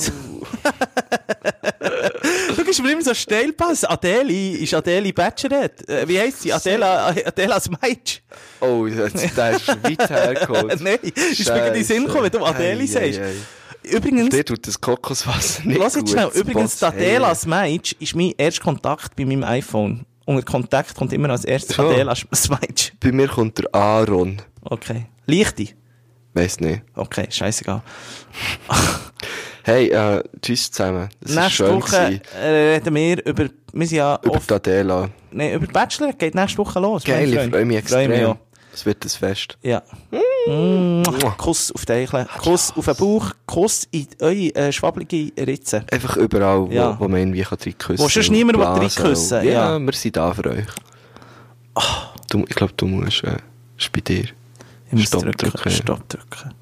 B: du gibst mir immer so Steilpass. Adeli ist Adeli Bachelorette. Äh, wie heisst sie? Adela, Adelas Mädchen.
C: Oh, jetzt, der ist weit hergekommen.
B: Nein, ist mir gerade in den Sinn gekommen, wenn du Adeli
C: Ei, ei,
B: sagst.
C: ei.
B: Übrigens,
C: Der tut das Kokoswasser nicht
B: Lass jetzt
C: gut.
B: schnell. Übrigens,
C: Boss, hey.
B: Adela Smaitsch ist mein erster Kontakt bei meinem iPhone. Unter Kontakt kommt immer als erstes
C: Schon?
B: Adela Smaitsch.
C: Bei mir kommt der Aaron.
B: Okay. Leichte.
C: Weiß nicht.
B: Okay, scheißegal.
C: Hey, äh, tschüss zusammen. Das ist
B: Nächste
C: schön
B: Woche
C: gewesen.
B: äh, reden wir über. Wir sind ja
C: Über
B: oft.
C: die Adela.
B: Nein, über Bachelor geht nächste Woche los.
C: Geil,
B: mein
C: ich
B: Freund.
C: freue mich extrem. Mm.
B: auch.
C: es wird ein Fest.
B: ja. Mua. Kuss auf die Eichel, Kuss auf den Bauch, Kuss in eure äh, schwabbelige Ritze.
C: Einfach überall, wo,
B: Ja.
C: wo man irgendwie kann reinküssen kann.
B: Wo sonst niemand will reinküssen,
C: Ja,
B: ja. Ah.
C: wir sind da für euch. Du, ich glaube, du musst... Äh, ist bei dir.
B: Ich muss
C: Stopp
B: drücken.
C: drücken.
B: Stopp drücken.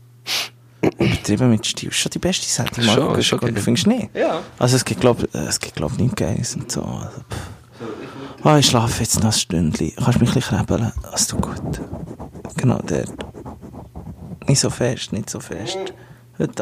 B: Übertrieben mit Stil. Ist schon die beste Sendung,
C: Schon,
B: Marco. Ist
C: schon
B: gut.
C: geil.
B: Findest du nicht?
C: Ja.
B: Also es gibt, glaube es gibt, glaub, nichts Geiles und so. Also, pff. ah, ich schlafe jetzt noch ein Stündchen. Kannst mich ein bisschen krabbeln? Das tut gut. Genau, der. Nicht so fest, nicht so fest.